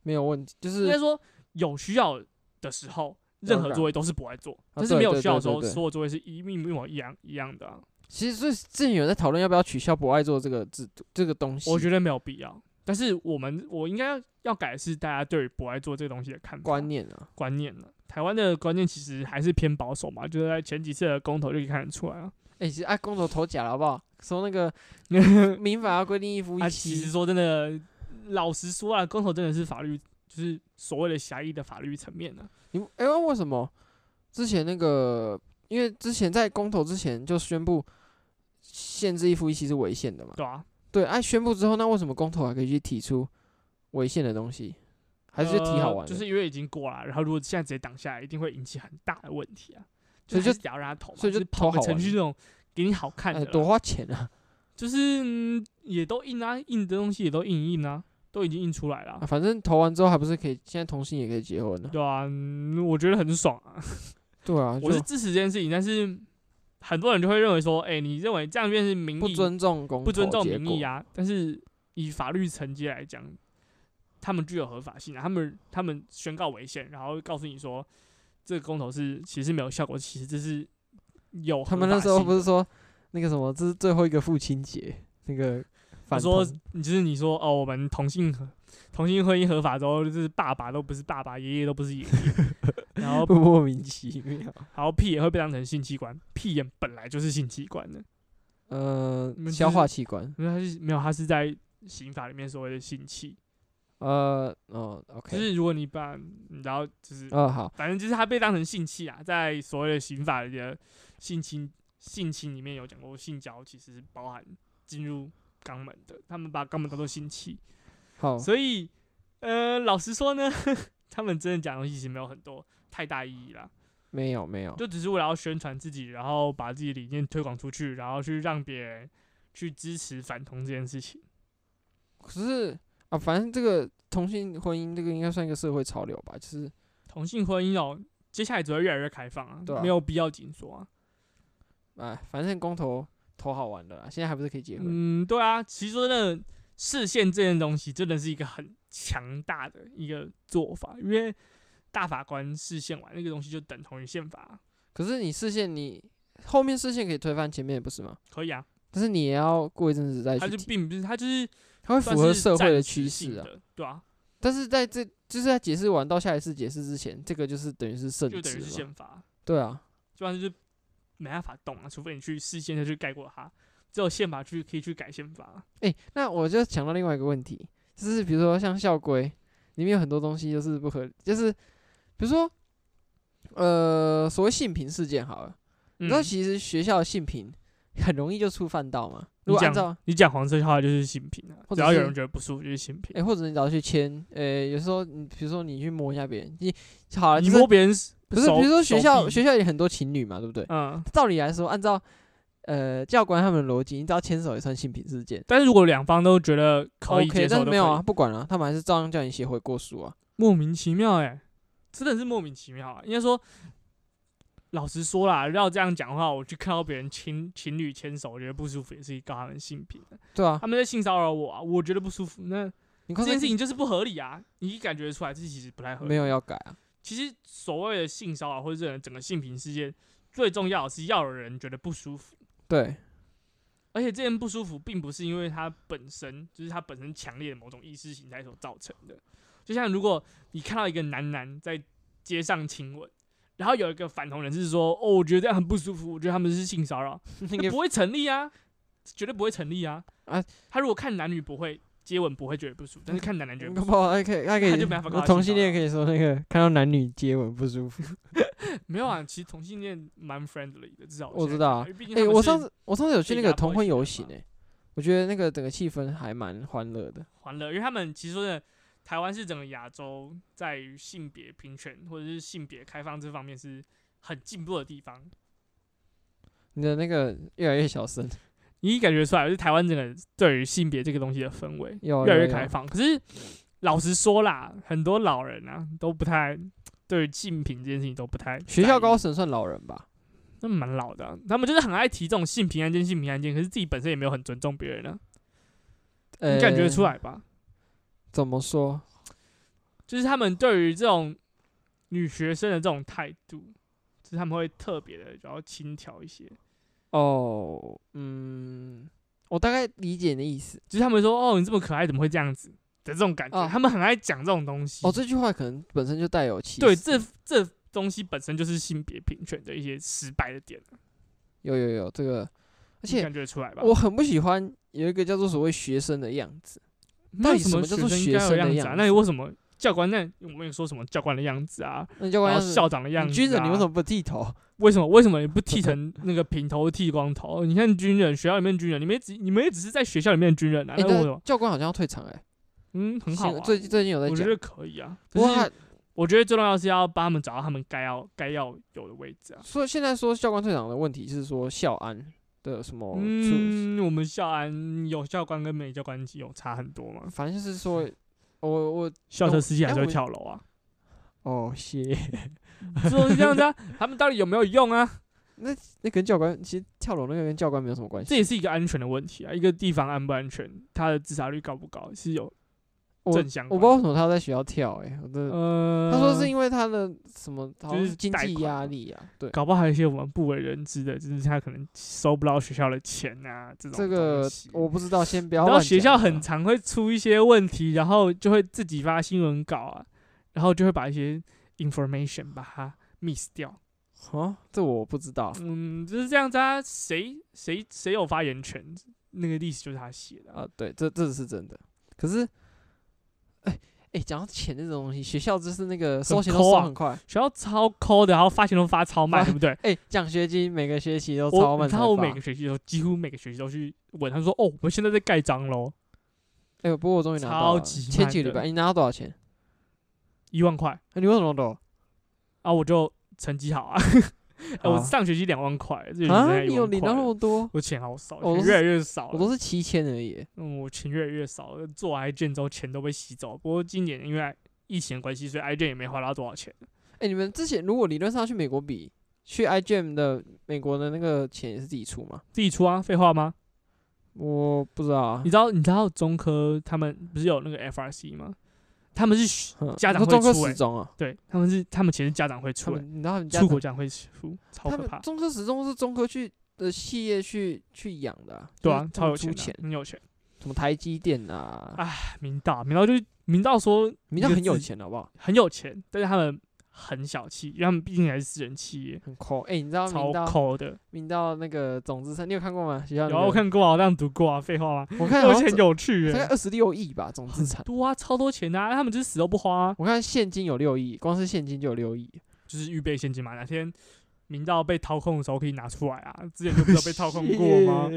S1: 没有问题，就
S2: 应该
S1: 是
S2: 说有需要的时候，任何座位都是不爱做，
S1: 啊
S2: 但是没有需要的时
S1: 对对
S2: 候，
S1: 对对对
S2: 所有座位是一命一模一样一样的啊、
S1: 其实最之前有人在讨论要不要取消不爱做这个制度这个东西，
S2: 我觉得没有必要。但是我们我应该要要改的是大家对于不爱做这个东西的看法
S1: 观念啊，
S2: 观念了。台湾的观念其实还是偏保守嘛，就是在前几次的公投就可以看得出来啊。
S1: 哎、其实啊，公投投假了好不 好？说那 个民法要规定一夫
S2: 啊，
S1: 一
S2: 其
S1: 妻
S2: 实，说真的，老实说啊，公投真的是法律，就是所谓的狭义的法律层面呢、啊。
S1: 你哎、为什么之前那个？因为之前在公投之前就宣布限制一夫一妻是违宪的嘛？
S2: 对啊，
S1: 对，哎、宣布之后，那为什么公投还可以去提出违宪的东西？还是就提好玩
S2: 呃
S1: 的、
S2: 就是因为已经过了，然后如果现在直接挡下来，一定会引起很大的问题啊。
S1: 所以就
S2: 还是得要让他投嘛，
S1: 所以就是
S2: 跑
S1: 投
S2: 个
S1: 好玩
S2: 程序
S1: 的
S2: 这种给你好看的
S1: 哎
S2: 啦，
S1: 多花钱啊！
S2: 就是、嗯、也都印啊，印的东西也都印一印啊，都已经印出来了啊、
S1: 啊反正投完之后还不是可以，现在同性也可以结婚了。
S2: 对啊、嗯我觉得很爽啊。
S1: 对啊，
S2: 我是
S1: 就
S2: 支持这件事情，但是很多人就会认为说，哎、你认为这样便是民意
S1: 不尊重公投
S2: 不尊重
S1: 结
S2: 民意
S1: 果
S2: 啊？但是以法律层级来讲，他们具有合法性啊，他们他们宣告违宪，然后告诉你说这个公投是其实没有效果，其实这是有
S1: 他
S2: 合
S1: 们那
S2: 法
S1: 时候
S2: 性
S1: 不
S2: 的
S1: 是说那个什么，这是最后一个父亲节，那个
S2: 我
S1: 反
S2: 说
S1: 同，
S2: 你就是你说哦，我们同性合同性婚姻合法之后，就是爸爸都不是爸爸，爷爷都不是爷爷， 然后
S1: 莫名其 妙。
S2: 然后屁眼会被当成性器官，屁眼本来就是性器官的，
S1: 呃
S2: 你，们
S1: 消
S2: 就是
S1: 化器官，
S2: 因为它是没有，它是在刑法里面所谓的性器，
S1: 呃，哦
S2: 就
S1: ，OK，
S2: 是如果你把然后就是
S1: 哦，好，
S2: 反正就是它被当成性器啊，在所谓的刑法的性侵性侵里面有讲过，性交其实是包含进入肛门的，他们把肛门当做性器，
S1: 好，
S2: 所以，呃，老实说呢， 他们真的讲的东西其实没有很多太大意义啦，
S1: 没有没有，
S2: 就只是为了要宣传自己，然后把自己理念推广出去，然后去让别人去支持反同这件事情。
S1: 可是啊，反正这个同性婚姻这个应该算一个社会潮流吧，就是
S2: 同性婚姻哦，接下来只会越来越开放啊，
S1: 对啊
S2: 没有必要紧缩啊。
S1: 哎，反正公投投好玩的啦，现在还不是可以结婚？
S2: 嗯，对啊，其实说真的，视线这件东西真的是一个很强大的一个做法，因为大法官视线完那个东西就等同于宪法啊，
S1: 可是你视线你后面视线可以推翻前面的不是吗？
S2: 可以啊，
S1: 但是你也要过一阵子再
S2: 他
S1: 去
S2: 就
S1: 提，
S2: 并不是他就是
S1: 它会
S2: 算
S1: 符合
S2: 是
S1: 社会
S2: 暂
S1: 的
S2: 时
S1: 趋
S2: 性
S1: 势啊。
S2: 的，对啊，
S1: 但是在这就是在解释完到下一次解释之前，这个就是等于是圣
S2: 就等于是
S1: 旨嘛，
S2: 宪法，
S1: 对啊，
S2: 基本上就是没办法动啊，除非你去事先的去盖过它，只有宪法去可以去改宪法。啊
S1: 哎、那我就想到另外一个问题，就是比如说像校规里面有很多东西就是不合理，就是比如说呃所谓性平事件好了，你
S2: 嗯
S1: 知道其实学校的性平很容易就触犯到嘛，如
S2: 你
S1: 果按照
S2: 讲你讲黄色笑话就是性平啊，
S1: 或
S2: 只
S1: 者
S2: 要有
S1: 是
S2: 人觉得不舒服就是性平
S1: 哎、。或者你只要去牵，呃、有时候你比如说你去摸一下别人，你好了，
S2: 你
S1: 啊就是
S2: 摸别人手
S1: 不是，比如说学校，
S2: 手
S1: 学校有很多情侣嘛，对不对
S2: 臂？嗯，
S1: 照理来说，按照呃教官他们的逻辑，你只要牵手也算性平事件
S2: 但是如果两方都觉得可以
S1: ，OK，
S2: 接
S1: 但
S2: 受
S1: 是
S2: 的，
S1: 没有啊，，不管了、他们还是照样叫你写悔过书啊。
S2: 莫名其妙哎、真的是莫名其妙啊。应该说，老实说啦，要这样讲的话，我去看到别人情情侣牵手，我觉得不舒服，也是告他们性平啊。
S1: 对啊
S2: 他，们在性骚扰我啊，我觉得不舒服。那
S1: 你
S2: 这
S1: 看
S2: 件事情就是不合理啊，你感觉出来这其实不太合理。
S1: 没有要改啊，
S2: 其实所谓的性骚扰或者整个性平事件，最重要的是要有人觉得不舒服，
S1: 对，
S2: 而且这件不舒服并不是因为它本身就是它本身强烈的某种意识形态所造成的。就像如果你看到一个男男在街上亲吻，然后有一个反同人士说：“哦，我觉得这样很不舒服，我觉得他们是性骚扰。”
S1: 那
S2: 那
S1: 个
S2: 不会成立啊，绝对不会成立啊！
S1: 啊
S2: 啊，他如果看男女不会接吻不会觉得不舒服，但是看男男觉得不
S1: 嗯不好，还可以，还可
S2: 他
S1: 以
S2: 就没办法告，他
S1: 同性
S2: 性骚
S1: 恋
S2: 扰
S1: 可以说那个看到男女接吻不舒服。
S2: 没有啊，其实同性恋蛮 friendly 的，至少
S1: 我
S2: 现在
S1: 知道啊
S2: 看因为毕
S1: 哎，
S2: 竟他们
S1: 我
S2: 是
S1: 上次我上次有去
S2: 被
S1: 那个
S2: 压迫
S1: 同婚
S2: 起来
S1: 游
S2: 的
S1: 行
S2: 嘛
S1: 哎，我觉得那个整个气氛还蛮欢乐的。
S2: 欢乐，因为他们其实说真的，台湾是整个亚洲在于性别平权或者是性别开放这方面是很进步的地方，
S1: 你的那个越来越小声，
S2: 你感觉出来，就是台湾整个对于性别这个东西的氛围
S1: 有
S2: 越来
S1: 哦有
S2: 越
S1: 有
S2: 开放。可是老实说啦，很多老人啊都不太对于性平这件事情都不太
S1: 学校
S2: 在意
S1: 高层算老人吧？
S2: 那蛮老的啊、他们就是很爱提这种性平案件、性平案件，可是自己本身也没有很尊重别人啊，
S1: 呃
S2: 你感觉得出？来吧？
S1: 怎么说？
S2: 就是他们对于这种女学生的这种态度，就是他们会特别的，然后轻佻一些，
S1: 哦，嗯，我大概理解你的意思。
S2: 就是他们说：“哦，你这么可爱，怎么会这样子？”的这种感觉，
S1: 哦
S2: 他们很爱讲这种东西。
S1: 哦，这句话可能本身就带有歧视。
S2: 嗯对，这这东西本身就是性别平权的一些失败的点，
S1: 有有有这个，而
S2: 而
S1: 且
S2: 感觉得出来吧？
S1: 我很不喜欢有一个叫做所谓学生的样子。
S2: 没有
S1: 到底什么叫做
S2: 学
S1: 学
S2: 应该有
S1: 生的
S2: 样子
S1: 样
S2: 啊？
S1: 子
S2: 那你为什么教官？那我们也说什么教官的样子啊，
S1: 那教官
S2: 然
S1: 要
S2: 后
S1: 是
S2: 校长的
S1: 你
S2: 样子、啊？
S1: 军人，你为什么不剃头？
S2: 为什么为什么你不剃成那个平头剃光头？你看军人，学校里面军人，你们也只你们也只是在学校里面的军人啊，
S1: 哎，
S2: 那为什么
S1: 但？教官好像要退场哎，
S2: 嗯，很好
S1: 新
S2: 啊，
S1: 最近最近有在
S2: 我觉
S1: 讲，
S2: 得可以啊。
S1: 不过
S2: 可
S1: 他
S2: 是我觉得最重要是要帮他们找到他们该要该要有的位置啊。
S1: 说现在说教官退场的问题是说校安的什么处，
S2: 嗯，我们校安有校官跟没教官有差很多吗？
S1: 反正就是说，我我
S2: 校车司机还是
S1: 哎我
S2: 会跳 楼啊，
S1: 哦谢，
S2: 就是这样子啊。他们到底有没有用啊？
S1: 那跟教官其实跳楼那个跟教官没有什么关
S2: 这
S1: 系。
S2: 也是一个安全的问题啊。一个地方安不安全，它的自杀率高不高是有
S1: 我
S2: 正相
S1: 我
S2: 关
S1: 不知道为什么他在学校跳哎，我真的
S2: 呃，
S1: 他说是因为他的什么好像
S2: 就是
S1: 是经
S2: 贷
S1: 济
S2: 款
S1: 压
S2: 嘛
S1: 力啊，对，
S2: 搞不好还有一些我们不为人知的，就是他可能收不到学校的钱啊，这种
S1: 这个
S2: 东西
S1: 我不知道，先不要
S2: 然后
S1: 乱
S2: 学
S1: 讲
S2: 校
S1: 好
S2: 很
S1: 了
S2: 常会出一些问题，然后就会自己发新闻稿啊，然后就会把一些 information 把它 miss 掉。
S1: 啊，这我不知道。
S2: 嗯，就是这样子啊，谁谁谁有发言权，那个历史就是他写的啊。
S1: 啊，对，这这是真的。可是，哎、哎，讲、到钱这种东西，学校就是那个收钱都
S2: 抠
S1: 收
S2: 啊
S1: 很快。
S2: 学校超抠的，然后发钱都发 超慢，
S1: 发
S2: 对不对？
S1: 哎、奖学金每个学期都超
S2: 我
S1: 慢
S2: 你
S1: 才
S2: 看
S1: 发。
S2: 我每个学期都几乎每个学期都去问，他说哦，我们现在在盖章喽，
S1: 哎、不过我终于拿到
S2: 超
S1: 了。
S2: 级
S1: 前
S2: 慢
S1: 几个礼
S2: 的
S1: 拜你拿到多少钱？
S2: 一万块。
S1: 哎你为什么懂？
S2: 啊，我就成绩 好啊，哎我
S1: 好
S2: 上学期两万块，这学期
S1: 啊，
S2: 才
S1: 你
S2: 1
S1: 有
S2: 万
S1: 领到
S2: 块
S1: 那
S2: 了
S1: 么多？
S2: 我钱好少，
S1: 我
S2: 钱
S1: 都是
S2: 越来越少
S1: 我
S2: 了
S1: 都是七千而已。
S2: 嗯，我钱越来越少了，做癌症之后钱都被吸走。不过今年因为疫情的关系，所以癌症也没花到多少钱。
S1: 哎、你们之前如果理论上要去美国比，去 IGM 的美国的那个钱也是自己出吗？
S2: 自己出啊，废话吗？
S1: 我不知道啊
S2: 你。知道你知道中科他们不是有那个 FRC 吗？他们是学
S1: 哼
S2: 家
S1: 你
S2: 长
S1: 说
S2: 会
S1: 中
S2: 出
S1: 科
S2: 欸
S1: 时钟啊，
S2: 对，他们是他们其实家长会
S1: 他
S2: 出、欸，
S1: 们你知道他们家
S2: 出
S1: 长
S2: 国家长会出，超
S1: 他
S2: 可
S1: 们
S2: 怕。
S1: 中科始终是中科去的企业去去养的、啊，就
S2: 对啊
S1: 是，
S2: 超
S1: 他
S2: 有
S1: 们
S2: 钱
S1: 出
S2: 的
S1: 钱
S2: 啊，，很有钱。
S1: 什么台积电啊，
S2: 啊明道，明道就是明道说
S1: 名家
S2: 一个
S1: 很有
S2: 字
S1: 钱的好不好？
S2: 很有钱，但是他们很小气，因为他们毕竟还是私人企业，
S1: 很抠，哎、你知道
S2: 超
S1: 明道
S2: 抠的。
S1: 明道那个总资产，你有看过吗？学校、那
S2: 然后我
S1: 个，
S2: 看过啊，我当然读过啊，废话吗？
S1: 我看好
S2: 而
S1: 像
S2: 且
S1: 总
S2: 有趣
S1: 大概
S2: 耶，
S1: 二十六亿吧，总资产。
S2: 多啊，超多钱的啊，他们就是死都不花啊，
S1: 我看现金有六亿，光是现金就有六亿。
S2: 就是预备现金嘛，哪天明道被掏空的时候可以拿出来啊。之前就不是有被掏空过 吗？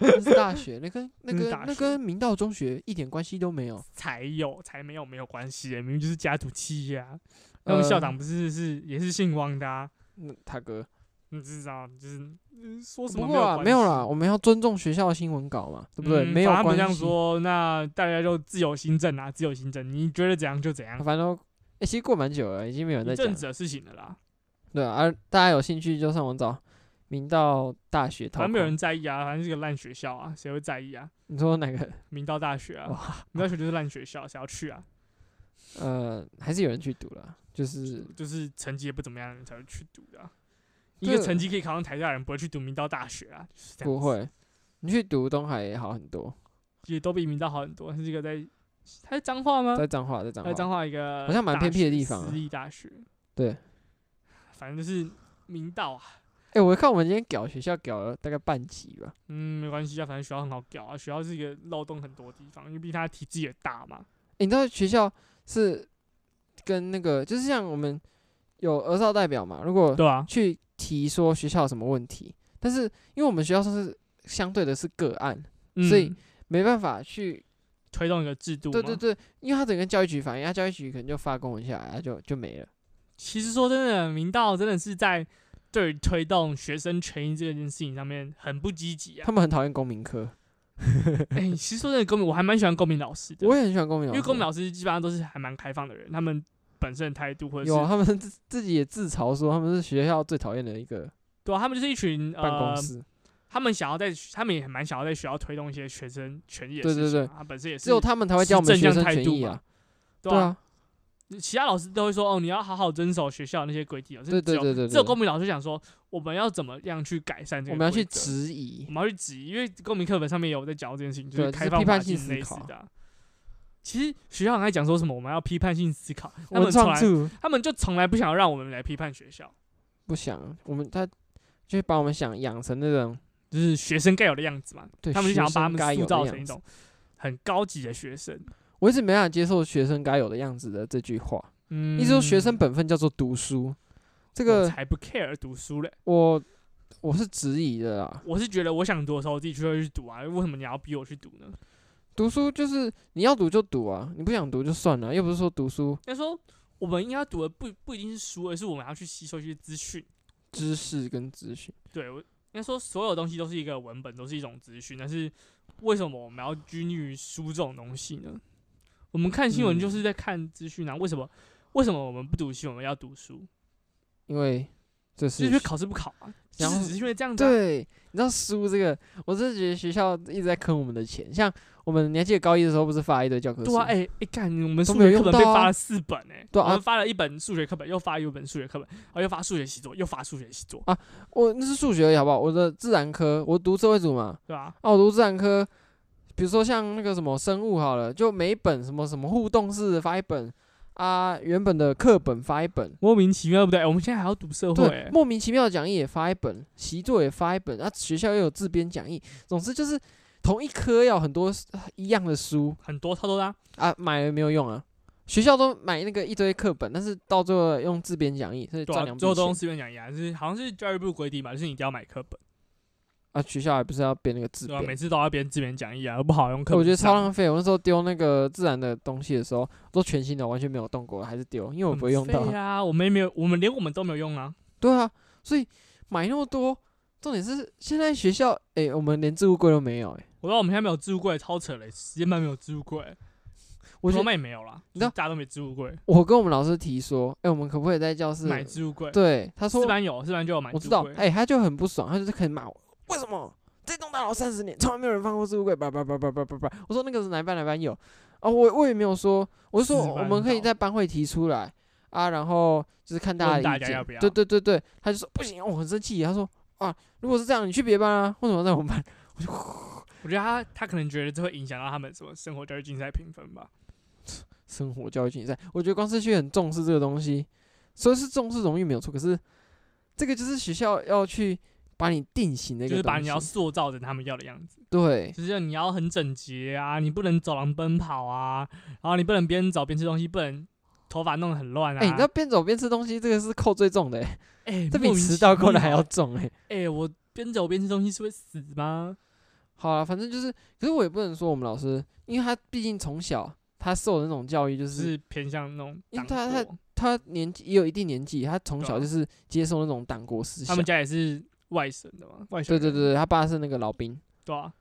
S1: 那是大学，那跟那
S2: 那是
S1: 跟
S2: 大
S1: 那
S2: 学
S1: 跟明道中学一点关系都没有。
S2: 才有，才没有，没有关系耶，明明就是家族企业啊。他
S1: 呃
S2: 们校长不是是也是姓汪的啊，
S1: 那他哥，
S2: 你知道，就是嗯说什
S1: 不
S2: 么
S1: 过啊，
S2: 关
S1: 没有
S2: 系
S1: 啦，我们要尊重学校的新闻稿嘛，对不对？
S2: 嗯
S1: 没有
S2: 反正他
S1: 关
S2: 们
S1: 系。
S2: 这样说，那大家就自由新政啊，自由新政，你觉得怎样就怎样，
S1: 反正都哎、其实过蛮久了，已经没有人
S2: 一
S1: 在讲
S2: 阵。子的事情了啦，
S1: 对啊，啊大家有兴趣就上网找明道大学
S2: 反
S1: 淘
S2: 正没有
S1: 空。
S2: 人在意啊，反正是个烂学校啊，谁会在意啊？
S1: 你说哪个？
S2: 明道大学啊，明道大学就是烂学校，谁要去啊？
S1: 呃，还是有人去读了，就是
S2: 就是成绩也不怎么样的人才会去读的啊、一
S1: 对
S2: 个成绩可以考上台大的人不会去读明道大学啊，就是这样
S1: 不
S2: 子，
S1: 会。你去读东海也好很多，
S2: 也都比明道好很多。他是一个在，他是彰化吗？
S1: 在彰化，在彰
S2: 在彰
S1: 化，
S2: 化一个
S1: 好像蛮
S2: 大
S1: 偏僻的
S2: 学
S1: 地方啊
S2: 私立大学。
S1: 对，
S2: 反正就是明道啊，
S1: 哎、我看我们今天搞学校搞了大概半集吧。
S2: 嗯，没关系啊，反正学校很好搞啊，学校是一个漏洞很多的地方，因为毕竟它体制也大嘛。
S1: 欸你知道学校是跟那个，就是像我们有儿少代表嘛，如果
S2: 对啊，
S1: 去提说学校有什么问题，但是因为我们学校算是相对的是个案，
S2: 嗯
S1: 所以没办法去
S2: 推动一个制度嘛。
S1: 对对对，因为他整个教育局反映，他教育局可能就发公文下来，他就就没了。
S2: 其实说真的，明道真的是在对于推动学生权益这件事情上面很不积极啊
S1: 他。们很讨厌公民科，
S2: 哎、其实说真的，公民我还蛮喜欢公民老师的，
S1: 我也哦很喜欢公民老
S2: 因
S1: 师，
S2: 为公民老师基本上都是还蛮开放的人，他们本身的态度或者
S1: 有啊
S2: 是
S1: 他们自自己也自嘲说他们是学校最讨厌的一个
S2: 对啊，他们就是一群
S1: 办公
S2: 呃，
S1: 室，
S2: 他们想要在他们也很蛮想要在学校推动一些学生权益的
S1: 对
S2: 事
S1: 对
S2: 情啊，
S1: 对
S2: 他本身也是
S1: 只有他们才会教我们
S2: 是
S1: 学
S2: 正
S1: 生
S2: 向态
S1: 权
S2: 度
S1: 益啊
S2: 嘛，
S1: 对
S2: 对啊，
S1: 啊，
S2: 其他老师都会说哦，你要好好遵守学校那些规定哦，
S1: 对
S2: 只
S1: 对
S2: 有
S1: 对对，
S2: 只有
S1: 对
S2: 公民老师想说我们要怎么样去改善这个，
S1: 我们要去，质疑
S2: 我，们要去质疑，因为公民课本上面有在讲到这件事情，就
S1: 对
S2: 是
S1: 就是
S2: 开放
S1: 批判
S2: 法
S1: 性
S2: 禁
S1: 思
S2: 类似
S1: 考
S2: 的啊。其实学校很爱讲说什么我们要批判性思考，嗯他
S1: 文
S2: 们从
S1: 创
S2: 来
S1: 处
S2: 他们就从来不想让我们来批判学校，
S1: 不想我们他就是把我们想养成那种
S2: 就是学生该有的样子嘛，
S1: 对
S2: 他们就想要
S1: 学
S2: 把他
S1: 生该
S2: 们塑
S1: 有的
S2: 造
S1: 样
S2: 成一
S1: 子
S2: 种很高级的学生。
S1: 我一直没办法接受学生该有的样子的这句话，
S2: 嗯
S1: 一直说学生本分叫做读书，这
S2: 这
S1: 个
S2: 才不 care 读书嘞，
S1: 我我是质疑的啦。
S2: 我是觉得我想读的时候我自己就会去读啊，为什么你要逼我去读呢？
S1: 读书就是你要读就读啊，你不想读就算了，又不是说读书
S2: 应该说，我们应该读的不不一定是书，而是我们要去吸收一些资讯。
S1: 知识跟资讯。
S2: 对我应该说，所有东西都是一个文本，都是一种资讯。但是为什么我们要拘泥于书这种东西呢？我们看新闻
S1: 嗯
S2: 就是在看资讯啊，为什么？为什么我们不读新闻，我们要读书？
S1: 因为这是
S2: 就是因为考试不考啊，就
S1: 然
S2: 是
S1: 后
S2: 只是因为这样子、啊。
S1: 对，你知道书这个，我真的觉得学校一直在坑我们的钱。像我们你还记得高一的时候，不是发一堆教科书？
S2: 对啊，哎、哎，干、我们
S1: 都
S2: 数
S1: 没有
S2: 学课
S1: 用
S2: 本被
S1: 到啊
S2: 发了四本哎、
S1: 对啊
S2: 我们发了一本数学课本，又发一本数学课本，然后又发数学习作，又发数学习作，
S1: 我那是数学而已好不好？我的自然科，我读社会组嘛，
S2: 对吧、
S1: 啊，我读自然科，比如说像那个什么生物好了，就每一本什么什么互动式的发一本啊，原本的课本发一本，
S2: 莫名其妙，对不对？我们现在还要读社会、
S1: 对
S2: 欸，，
S1: 莫名其妙的讲义也发一本，习作也发一本，啊，学校又有自编讲义，总之就是同一科要很多呃一样的书
S2: 很多超多的啊、
S1: 啊，买了没有用啊。学校都买那个一堆课本，但是到最后用自编讲义，所以
S2: 对
S1: 赚
S2: 啊，
S1: 两笔
S2: 最后都用
S1: 钱。
S2: 四元讲义啊，就是好像是教育部规定吧，就是你一定要买课本，
S1: 啊，学校还不是要编那个自
S2: 对吧、啊每
S1: 编？
S2: 次都要编自编讲义啊，又不好用课本上。
S1: 我觉得超浪费。我那时候丢那个自然的东西的时候，都全新的，完全没有动过，还是丢，因为我
S2: 很
S1: 不会用到
S2: 废。啊，我们也没有，我们连我们都没有用啊。
S1: 对啊，所以买那么多，重点是现在学校，诶，我们连置物柜都没有、哎诶，
S2: 我知道我们现在没有置物柜，超扯嘞，实验班没有置物柜、
S1: 我觉
S2: 我
S1: 得
S2: 们也没有啦，
S1: 你知道
S2: 就是大家都没置物柜，
S1: 我跟我们老师提说，哎诶，我们可不可以在教室
S2: 买置物柜。
S1: 对，他说
S2: 四班有，四班就有买
S1: 我
S2: 置
S1: 知
S2: 物
S1: 道哎
S2: 柜。，
S1: 诶，他就很不爽，他就是可以骂我，为什么这栋大楼三十年从来没有人放过置物柜？叭叭叭叭叭叭叭，我说那个是哪一班哪一班有啊？我我也没有说，我是说
S2: 四班哦
S1: 我们可以
S2: 到
S1: 在班会提出来啊，然后就是看大
S2: 问
S1: 家
S2: 大
S1: 的意
S2: 家
S1: 见。
S2: 要不要
S1: 对对对对，他就说不行，哦我很生气。他说啊，如果是这样，你去别班啊，为什么要在我们班？
S2: 我觉得他他可能觉得这会影响到他们什么生活教育竞赛评分吧。
S1: 生活教育竞赛，我觉得光是去很重视这个东西，所以是重视荣誉没有错，可是这个就是学校要去把你定型的一
S2: 就
S1: 个
S2: 是把
S1: 东
S2: 你要
S1: 西，
S2: 塑造成他们要的样子，
S1: 对
S2: 就是你要很整洁啊，你不能走廊奔跑啊，然后你不能边走边吃东西，不能头发弄得很乱啊。
S1: 哎、你知道边走边吃东西这个是扣最重的、 欸，
S2: 哎、
S1: 这比
S2: 莫名
S1: 迟
S2: 其
S1: 到扣的还
S2: 妙
S1: 要重哎、
S2: 哎、我边走边吃东西是会死吗？
S1: 好了，反正就是，可是我也不能说我们老师，因为他毕竟从小他受的那种教育，就
S2: 就是是偏向那种
S1: 因为
S2: 党
S1: 他
S2: 国，
S1: 他年纪也有一定年纪，他从
S2: 对啊
S1: 小就是接受那种党国思
S2: 他
S1: 想
S2: 们。家也是外省的嘛，外省
S1: 对对
S2: 人
S1: 对，对他爸是那个老兵，
S2: 对啊，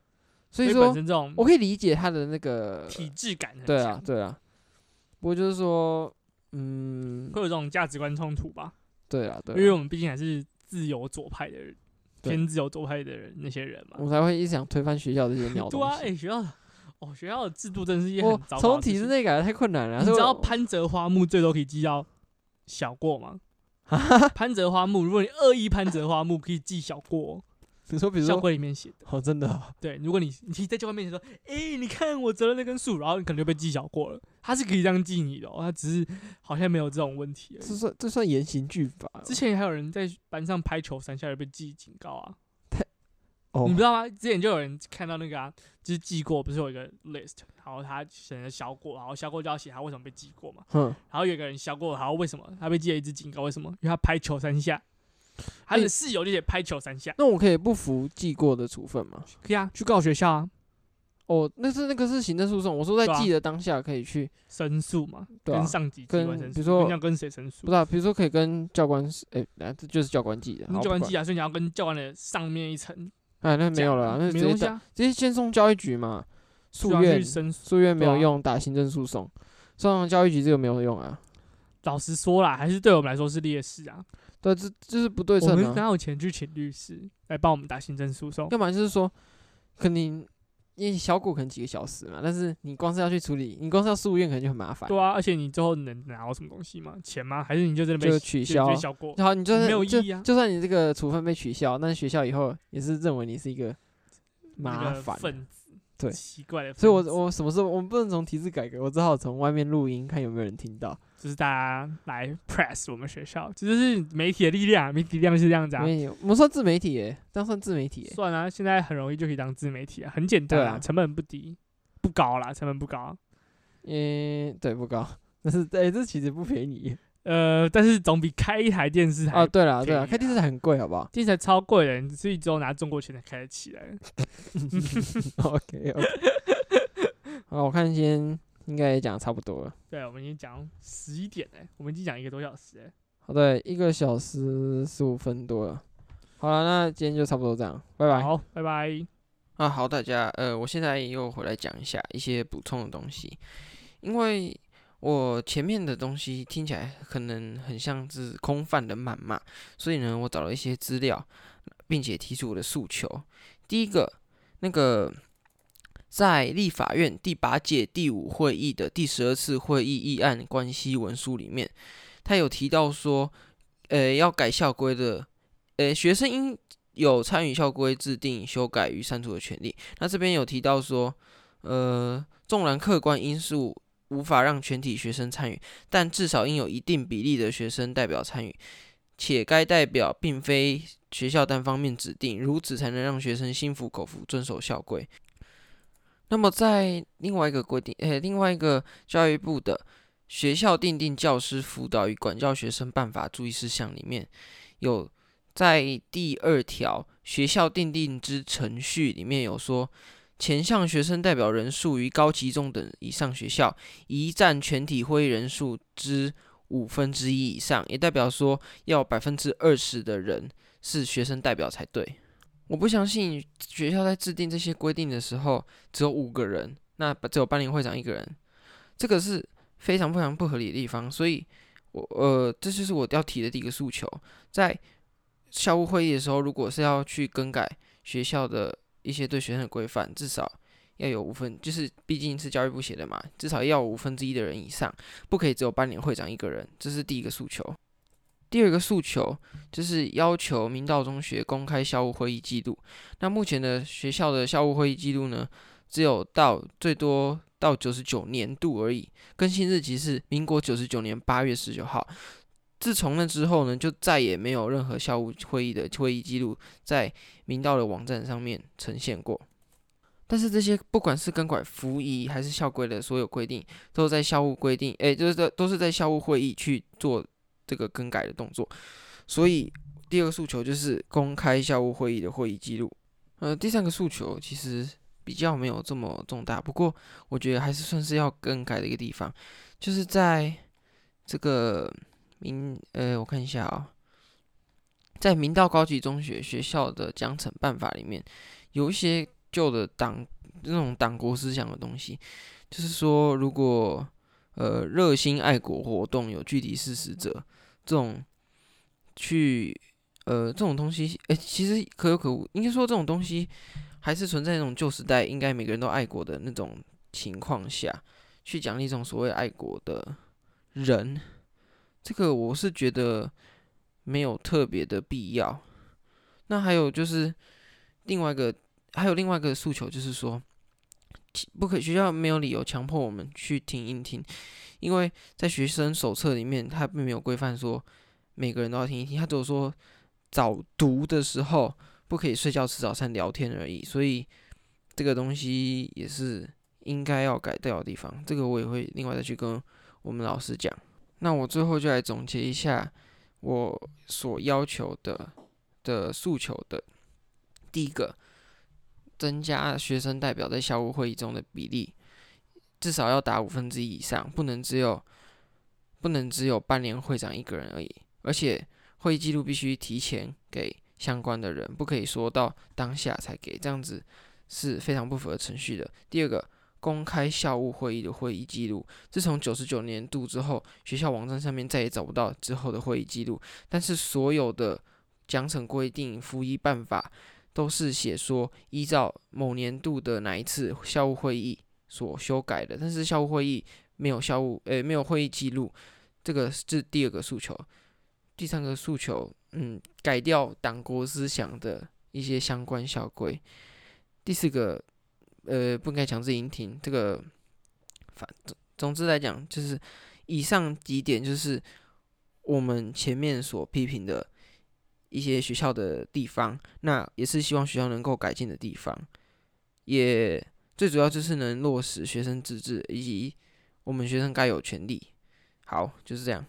S1: 所以
S2: 本
S1: 说
S2: 身这种
S1: 我可以理解他的那个
S2: 体制感很
S1: 对啊
S2: 强，，
S1: 对啊。不过就是说，嗯，
S2: 会有这种价值观冲突吧？
S1: 对啊，
S2: 因
S1: 对
S2: 为
S1: 啊，
S2: 我们毕竟还是自由左派的人，
S1: 对
S2: 偏自由左派的人那些人嘛。
S1: 我才会一直想推翻学校 这些鸟
S2: 对
S1: 东
S2: 啊，哎、
S1: 西。
S2: 学校哦，学校的制度真是一件
S1: 我
S2: 很糟糕
S1: 从
S2: 的事
S1: 体制
S2: 情。
S1: 内改的太困难了，
S2: 你
S1: 所以
S2: 知道
S1: 我
S2: 攀折花木最多可以记到小 过吗？攀折花木，如果你恶意攀折花木，可以记小过
S1: 你说比
S2: 哦，
S1: 如
S2: 校
S1: 说，
S2: 规里面写的。
S1: 哦，真的哦，
S2: 对，如果你你在教官面前说，哎、你看我折了那根树，然后你可能就被记小过了。他是可以这样记你的、哦，他只是好像没有这种问题而
S1: 这
S2: 已。
S1: 算这算严刑峻法哦。
S2: 之前还有人在班上拍球三下就被记警告啊，
S1: 哦
S2: 你不知道吗？之前就有人看到那个啊，就是记过，不是有一个 list，然后他选了小过，然后小过就要写他为什么被记过嘛。
S1: 哼，
S2: 然后有一个人小过，然后为什么他被记了一支警告？为什么？因为他拍球三下，他的
S1: 哎
S2: 室友就写拍球三下，
S1: 那我可以不服记过的处分吗？
S2: 可以啊，去告学校啊，
S1: 哦，那是那个是行政诉讼，我说在
S2: 对啊
S1: 记的当下可以去，
S2: 申诉嘛，
S1: 对啊
S2: 跟上级机
S1: 跟
S2: 关申诉，
S1: 比如说
S2: 你要跟谁申
S1: 不
S2: 诉
S1: 知？道，比如说可以跟教官，哎、啊这就是教官记的，
S2: 你
S1: 好
S2: 教官
S1: 不管
S2: 记啊，所以你要跟教官的上面一层
S3: 哎，那没有了啊，那
S2: 没
S3: 直
S2: 东
S3: 接
S2: 西
S3: 打，
S2: 啊，
S3: 直接先送教育局嘛，诉
S2: 就要
S3: 愿
S2: 去申诉。
S3: 诉愿没有
S2: 对啊
S3: 用，打行政诉讼，送教育局这个没有用啊，
S2: 老实说啦，还是对我们来说是劣势啊。
S3: 对，这这是不对
S2: 我
S3: 称
S2: 们
S3: 的、啊，
S2: 哪有钱去请律师来帮我们打行政诉讼？
S3: 要么就是说，可能因为小股可能几个小时嘛，但是你光是要去处理，你光是要诉愿可能就很麻烦，
S2: 对啊，而且你最后能拿到什么东西吗？钱吗？还是你就真的被
S3: 就取
S2: 就
S3: 消
S2: 被。消过？
S3: 好，你就算
S2: 没有意
S3: 就
S2: 义啊
S3: 就算你这个处分被取消，但是学校以后也是认为你是一个麻
S2: 那个
S3: 烦。
S2: 分子，
S3: 对
S2: 奇怪的分子。
S3: 所以我，我什么时候我们不能从体制改革，我只好从外面录音看有没有人听到。
S2: 就是大家来 press 我们学校，这就是媒体的力量，媒体力量是这样子啊。
S3: 没有，我们算自媒体耶、这样算自媒体耶、
S2: 算啊，现在很容易就可以当自媒体啊，很简单
S3: 对啊
S2: 成本不低，不高啦，成本不高。
S3: 嗯、对，不高，但是哎、这其实不便 宜
S2: 呃，但是总比开一台电视台，
S3: 啊。对了，对
S2: 便宜
S3: 了，
S2: 啊
S3: 开电视台很贵，好不好
S2: 电视台超贵的，所以只有拿中国钱才开得起来。
S3: ？OK OK。好，我看今天应该也讲得差不多了。
S2: 对，我们已经讲十一点嘞，我们已经讲一个多小时嘞。
S3: 好的，一个小时十五分多了。好了，那今天就差不多这样，拜拜。
S2: 好，拜拜。
S1: 啊，好，大家，呃，我现在又回来讲一下一些补充的东西，因为我前面的东西听起来可能很像是空泛的谩骂，所以呢，我找了一些资料，并且提出我的诉求。第一个，那个在立法院第八届第五会议的第十二次会议议案关系文书里面，他有提到说，呃，要改校规的，呃，学生应有参与校规制定、修改与删除的权利。那这边有提到说，呃，纵然客观因素无法让全体学生参与，但至少应有一定比例的学生代表参与，且该代表并非学校单方面指定，如此才能让学生心服口服遵守校规。那么在另外一个规定，呃，另外一个教育部的学校订定教师辅导与管教学生办法注意事项里面有在第二条学校订定之程序里面有说，前项学生代表人数于高级中等以上学校，一占全体会议人数之五分之一以上，也代表说要百分之二十的人是学生代表才对。我不相信学校在制定这些规定的时候，只有五个人，那只有班联会长一个人，这个是非常非常不合理的地方。所以，我呃，这就是我要提的第一个诉求，在校务会议的时候，如果是要去更改学校的一些对学生的规范，至少要有五分，就是毕竟是教育部写的嘛，至少要有五分之一的人以上，不可以只有班联会长一个人，这是第一个诉求。第二个诉求就是要求明道中学公开校务会议记录。那目前的学校的校务会议记录呢，只有到最多到九十九年度而已，更新日期是民国九十九年八月十九号。自从那之后呢，就再也没有任何校务会议的会议记录在明道的网站上面呈现过。但是这些不管是更改服役还是校规的所有规定，都在校务规定，诶、就是在都是在校务会议去做这个更改的动作。所以第二个诉求就是公开校务会议的会议记录。呃，第三个诉求其实比较没有这么重大，不过我觉得还是算是要更改的一个地方，就是在这个明呃，我看一下啊、在明道高级中学学校的奖惩办法里面，有一些旧的党那种党国思想的东西，就是说如果呃热心爱国活动有具体事实者，这种去呃这种东西，哎、其实可有可无，应该说这种东西还是存在那种旧时代应该每个人都爱国的那种情况下，去奖励这种所谓爱国的人。这个我是觉得没有特别的必要。那还有就是另外一个，还有另外一个诉求就是说，其不可学校没有理由强迫我们去听一听，因为在学生手册里面他并没有规范说每个人都要听一听，他只有说早读的时候不可以睡觉、吃早餐、聊天而已。所以这个东西也是应该要改掉的地方，这个我也会另外再去跟我们老师讲。那我最后就来总结一下我所要求的的诉求的第一个，增加学生代表在校务会议中的比例，至少要达五分之一以上，不能只有不能只有班联会长一个人而已，而且会议记录必须提前给相关的人，不可以说到当下才给，这样子是非常不符合程序的。第二个，公开校务会议的会议记录，自从九十九年度之后，学校网站上面再也找不到之后的会议记录，但是所有的奖惩规定、服役办法都是写说依照某年度的哪一次校务会议所修改的，但是校务会议没有校务，呃，没有会议记录，这个是第二个诉求。第三个诉求，嗯，改掉党国思想的一些相关校规。第四个，呃，不应该强制营庭。这个，反总总之来讲，就是以上几点，就是我们前面所批评的一些学校的地方，那也是希望学校能够改进的地方，也最主要就是能落实学生自治以及我们学生该有权利。好，就是这样。